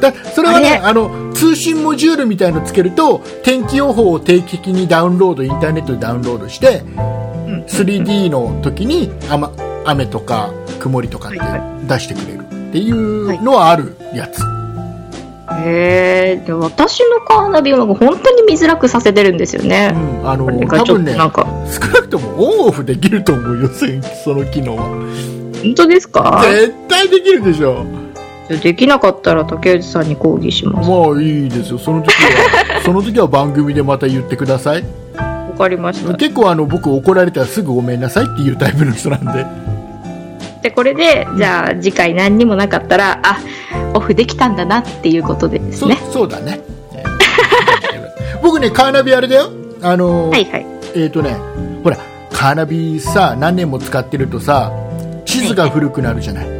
Speaker 2: だそれは
Speaker 3: あ
Speaker 2: ね
Speaker 3: れ
Speaker 2: あの通信モジュールみたいのつけると天気予報を定期的にダウンロードインターネットでダウンロードして、3D の時に雨雨とか曇りとかって
Speaker 3: はい
Speaker 2: 出してくれるっていうのはあるやつ、
Speaker 3: へえで私のカーナビをなんか本当に見づらくさせてるんですよね
Speaker 2: うんあの
Speaker 3: これが
Speaker 2: 多
Speaker 3: ちょっと
Speaker 2: 分ね
Speaker 3: なんか
Speaker 2: 少なくともオンオフできると思うよせんその機能は。
Speaker 3: 本当ですか
Speaker 2: 絶対できるでしょ
Speaker 3: できなかったら竹内さんに抗議します
Speaker 2: まあいいですよその時 はその時は番組でまた言ってください
Speaker 3: わかりました
Speaker 2: 結構あの僕怒られたらすぐごめんなさいっていうタイプの人なんで
Speaker 3: でこれでじゃあ次回何にもなかったらあオフできたんだなっていうことでです
Speaker 2: そ
Speaker 3: ね
Speaker 2: そうだねえー僕ねカーナビあれだよあのー、
Speaker 3: はいはい
Speaker 2: えっ、とねほらカーナビさ何年も使ってるとさ地図が古くなるじゃない、
Speaker 3: はい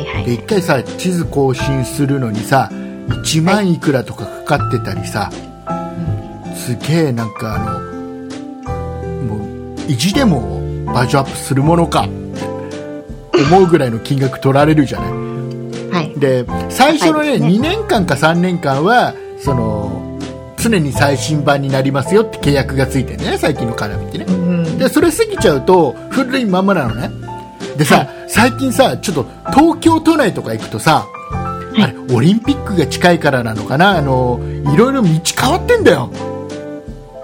Speaker 3: は
Speaker 2: で
Speaker 3: い
Speaker 2: 一回さ地図更新するのにさ1万いくらとかかかってたりさ、すげえなんかあのもう意地でもバージョンアップするものかって思うぐらいの金額取られるじゃない
Speaker 3: はい
Speaker 2: で最初の
Speaker 3: 高
Speaker 2: ね
Speaker 3: いですね
Speaker 2: 2年間か3年間はその常に最新版になりますよって契約がついてるね最近のカーナビってね
Speaker 3: うん
Speaker 2: でそれ過ぎちゃうと古いまんまなのねでさ、
Speaker 3: は
Speaker 2: 最近さちょっと東京都内とか行くとさ、
Speaker 3: い
Speaker 2: あれオリンピックが近いからなのかなあのいろいろ道変わってんだよ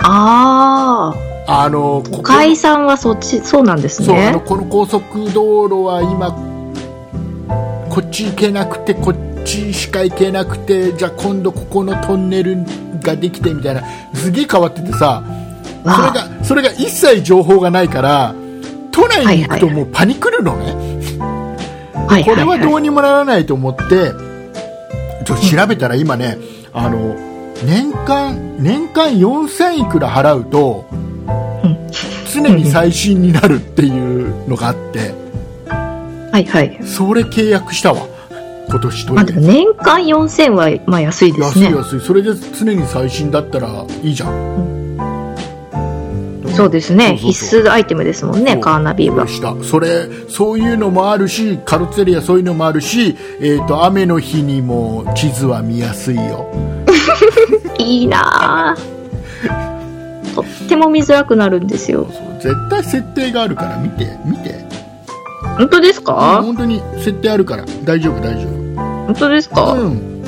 Speaker 3: ああ
Speaker 2: あのここ
Speaker 3: 都会さんはそっちそうなんです
Speaker 2: そうあの
Speaker 3: ね
Speaker 2: この高速道路は今こっち行けなくてこっちしか行けなくてじゃあ今度ここのトンネルができてみたいなすげえ変わっててさそれ
Speaker 3: わあ
Speaker 2: がそれが一切情報がないから都内に行くと
Speaker 3: はいはいはい
Speaker 2: もうパニクるのね、
Speaker 3: はい
Speaker 2: これはど
Speaker 3: は
Speaker 2: うにもならないと思って、ちょっと調べたら今ね、あの、年間、年間4000いくら払うと、常に最新になるっていうのがあって、
Speaker 3: はいはい。
Speaker 2: それ契約したわ。今年と
Speaker 3: まあ、でも年間4000は、まあ安いです
Speaker 2: 安
Speaker 3: ね
Speaker 2: い。安い。それで常に最新だったらいいじゃん。
Speaker 3: そうですね。
Speaker 2: そうそうそう
Speaker 3: 必須アイテムですもんね、
Speaker 2: そう
Speaker 3: カーナビは。
Speaker 2: したそれそういうのもあるしカルツェリアそういうのもあるし、えー、と雨の日にも地図は見やすいよ
Speaker 3: いいなあ とっても見づらくなるんですよ。
Speaker 2: そう絶対設定があるから見て見て
Speaker 3: 本当ですか
Speaker 2: 本当に設定あるから大丈夫大丈
Speaker 3: 本当です
Speaker 2: 夫
Speaker 3: か
Speaker 2: うん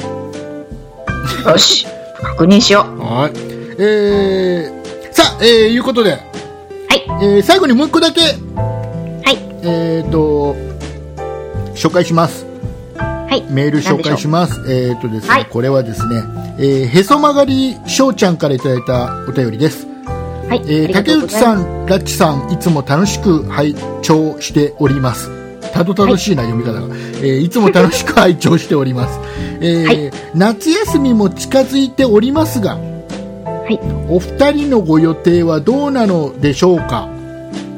Speaker 3: よし。確認しよう。
Speaker 2: はいえー、さあ、えー、いうことで、
Speaker 3: はい。
Speaker 2: えー最後にもう一個だけ
Speaker 3: はい。
Speaker 2: えー、と紹介します
Speaker 3: はい。
Speaker 2: メール紹介し
Speaker 3: ま
Speaker 2: ます。えーとですね、
Speaker 3: はい
Speaker 2: これはですね、えーへそ曲がりしょうちゃんからいただいたお便りです。
Speaker 3: す。はい。
Speaker 2: えー
Speaker 3: ありが
Speaker 2: 竹
Speaker 3: とうご
Speaker 2: 内
Speaker 3: ざい
Speaker 2: さ
Speaker 3: ま
Speaker 2: ん、ラッチさん、いつも楽しく拝聴しております。たどたどしいな、読み方が、えーいつも楽しく拝聴しております。えー
Speaker 3: はい
Speaker 2: 夏休みも近づいておりますが、
Speaker 3: はい
Speaker 2: お二人のご予定はどうなのでしょうか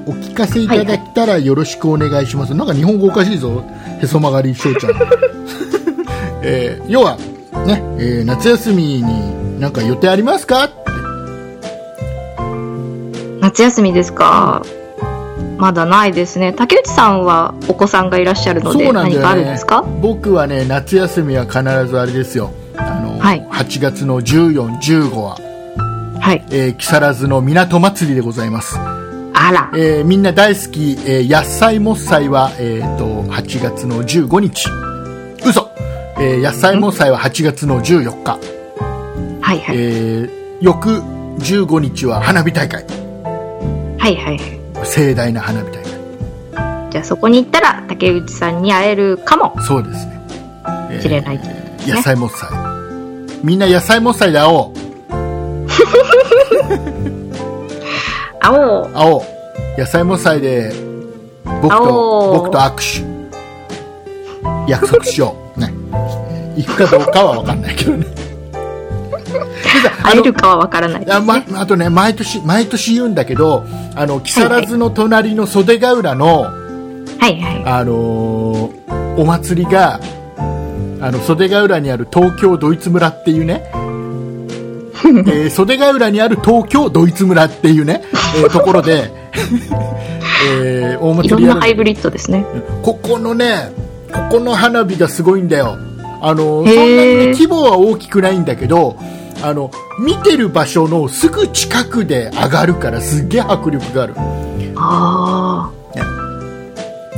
Speaker 2: お聞かせいただけたらよろしくお願いします。なんか日本語おかしいぞ。へそ曲がりしょうち ゃん。えー要は、ね、えー夏休みになんか予定ありますかって
Speaker 3: 夏休みですかまだないですね。竹内さんはお子さんがいらっしゃるので、
Speaker 2: そうなんだ
Speaker 3: 何
Speaker 2: よね
Speaker 3: かあるんですか
Speaker 2: 僕はね夏休みは必ずあれですよあの、
Speaker 3: はい
Speaker 2: 8月の14、15は、
Speaker 3: はい。
Speaker 2: えー木更津の港祭りでございます、
Speaker 3: あら。
Speaker 2: えーみんな大好き、えー、野菜もっさいは、えー、と8月の15日嘘、えー、野菜もっさいは8月の14日、
Speaker 3: はいはい。
Speaker 2: えー翌15日は花火大会
Speaker 3: はいはい。
Speaker 2: 盛大な花火大会
Speaker 3: じゃあそこに行ったら竹内さんに会えるかも
Speaker 2: そうですね、えー
Speaker 3: しれない。
Speaker 2: 野菜もっさいみんな野菜もっさいで会おう
Speaker 3: あ、もう、
Speaker 2: 青野菜も菜で僕と
Speaker 3: 青
Speaker 2: 僕と握手約束しようね行くかどうかは分かんないけどねあ
Speaker 3: 会え
Speaker 2: の
Speaker 3: るかはわからないです、
Speaker 2: あ,、
Speaker 3: ね。
Speaker 2: ま、あとね毎年毎年言うんだけどあの木更津の隣の袖ヶ浦の、
Speaker 3: はいは
Speaker 2: あのーお祭りがあの袖ヶ浦にある東京ドイツ村っていうね、えー袖ヶ浦にある東京ドイツ村っていうね、えーところで、えー大
Speaker 3: い。い
Speaker 2: 祭
Speaker 3: ろん
Speaker 2: りや
Speaker 3: な
Speaker 2: る
Speaker 3: ハイブリッドですね。
Speaker 2: ここのねここの花火がすごいんだよあのーそんな
Speaker 3: へー
Speaker 2: にね規模は大きくないんだけどあの見てる場所のすぐ近くで上がるからすっげえ迫力がある
Speaker 3: あ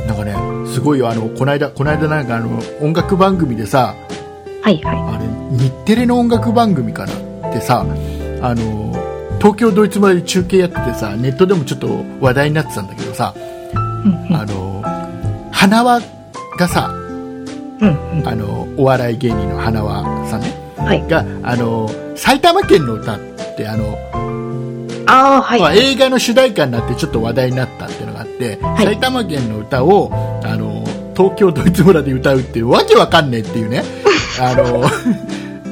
Speaker 2: なんかねすごいよあのこの間この間なんかあの音楽番組でさ
Speaker 3: あ。はいはい。
Speaker 2: あれ日テレの音楽番組かなってさあの東京ドイツ村で中継やっててさネットでもちょっと話題になってたんだけどさ
Speaker 3: うん
Speaker 2: あの花輪がさ
Speaker 3: うん。うんうん。
Speaker 2: あのお笑い芸人の花輪さんね
Speaker 3: はい。
Speaker 2: があの埼玉県の歌ってあの、
Speaker 3: ああ、はい。
Speaker 2: まあ
Speaker 3: はい
Speaker 2: 映画の主題歌になってちょっと話題になったっていうのがあって、
Speaker 3: い
Speaker 2: 埼玉県の歌をあの東京ドイツ村で歌うっていうわけわかんねえっていう ねあの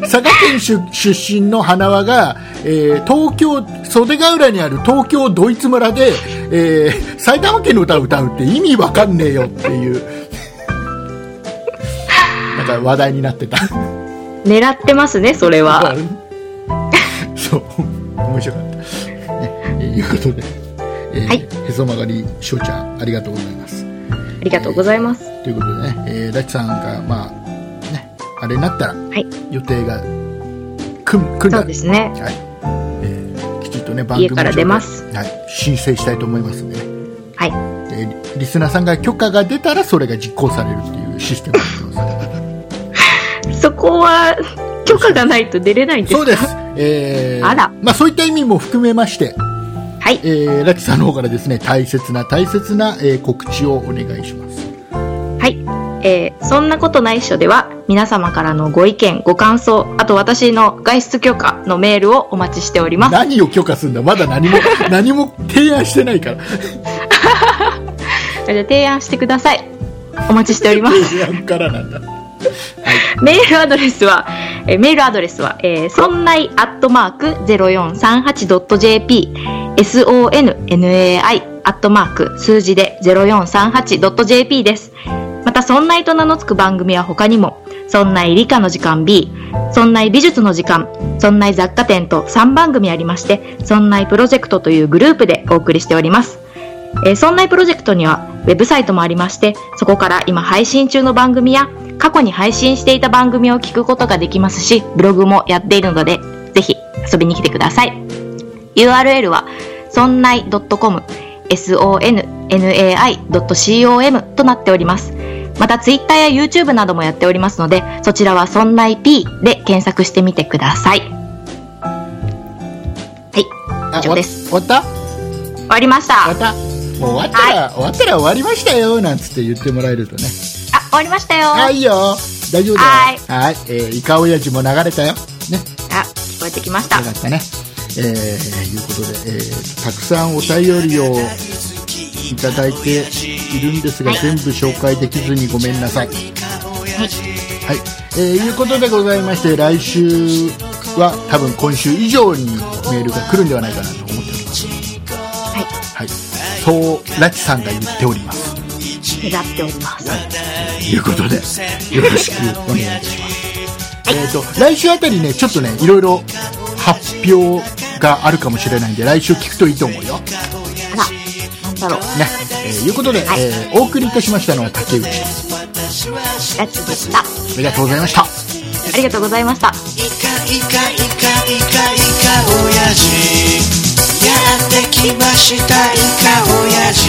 Speaker 2: 佐賀県出出身の花輪が、えー東京袖ヶ浦にある東京ドイツ村で、えー埼玉県の歌を歌うって意味わかんねえよっていう なんか話題になってた。
Speaker 3: 狙ってますね、それは。
Speaker 2: そう面白かった。ね、えーいうことで、えー
Speaker 3: はい
Speaker 2: へそ曲がりしょうちゃんありがとうございます。
Speaker 3: ありがとうございます。
Speaker 2: ということでね、えー、ラチさんがまあねあれになったら
Speaker 3: はい。
Speaker 2: 予定が組ん組んだ
Speaker 3: そ
Speaker 2: ら
Speaker 3: うですね。
Speaker 2: はい、えーきちんとね番
Speaker 3: 家から出ます
Speaker 2: はい申請したいと思いますんでね、
Speaker 3: はい。
Speaker 2: えーリリスナーさんが許可が出たらそれが実行されるっていうシステムになってます。
Speaker 3: そこは、 許可がないと出れ ないんです
Speaker 2: そう
Speaker 3: か
Speaker 2: です。えー、
Speaker 3: あら
Speaker 2: まあそういった意味も含めまして。
Speaker 3: はい。
Speaker 2: えー、ラキさんの方からですね大切な大切な、えー告知をお願いします
Speaker 3: はい。えーそんなことないっしょでは、皆様からのご意見、ご感想、あと私の外出許可のメールをお待ちしております。
Speaker 2: 何を許可するんだまだ何 も何も提案してないから
Speaker 3: それで提案してください。お待ちしております。
Speaker 2: 提案からなんだ
Speaker 3: メールアドレスは、えーメールアドレスは、えー、そんないアットマーク 0438.jp、 sonnai アットマーク数字で 0438.jp です。また、そんないと名の付く番組は他にも、そんない理科の時間 B、そんない美術の時間、そんない雑貨店と3番組ありまして、そんないプロジェクトというグループでお送りしております。えー、そんないプロジェクトにはウェブサイトもありまして、そこから今配信中の番組や過去に配信していた番組を聞くことができますし、ブログもやっているので、ぜひ遊びに来てください。URL は、そんない .com、sonnai.com となっております。また、ツイッターや YouTube などもやっておりますので、そちらはそんない P で検索してみてください。はい、以上です。
Speaker 2: 終わった
Speaker 3: 終わりました。
Speaker 2: 終わ
Speaker 3: あ、
Speaker 2: ったもう終わったら、終わったら終わりましたよなんつって言ってもらえるとね
Speaker 3: 終わりましたよ。
Speaker 2: はいよ大丈夫だよ
Speaker 3: はい
Speaker 2: はいえーイカオヤジも流れたよねよ
Speaker 3: あ、聞こえてきました。
Speaker 2: かったねえー、いうことで、えーたくさんお便りをいただいているんですが、
Speaker 3: はい
Speaker 2: 全部紹介できずにごめんなさいはい、えーいうことでございまして来週は多分今週以上にメールが来るんではないかなと思っております
Speaker 3: はい、
Speaker 2: はいそうラチさんが言っております
Speaker 3: 願っております。
Speaker 2: ということでよろしくお願いします、えっ、と来週あたりねちょっとねいろいろ発表があるかもしれないんで来週聞くといいと思うよね、
Speaker 3: あら、なんだろう。
Speaker 2: えーいうことで、
Speaker 3: はい
Speaker 2: えーお送りいたしましたのは竹内です
Speaker 3: ラッチでした。
Speaker 2: ありがとうございました
Speaker 3: ありがとうございました。
Speaker 1: イカイカイカイカイカイカオヤジやってきましたイカオヤジ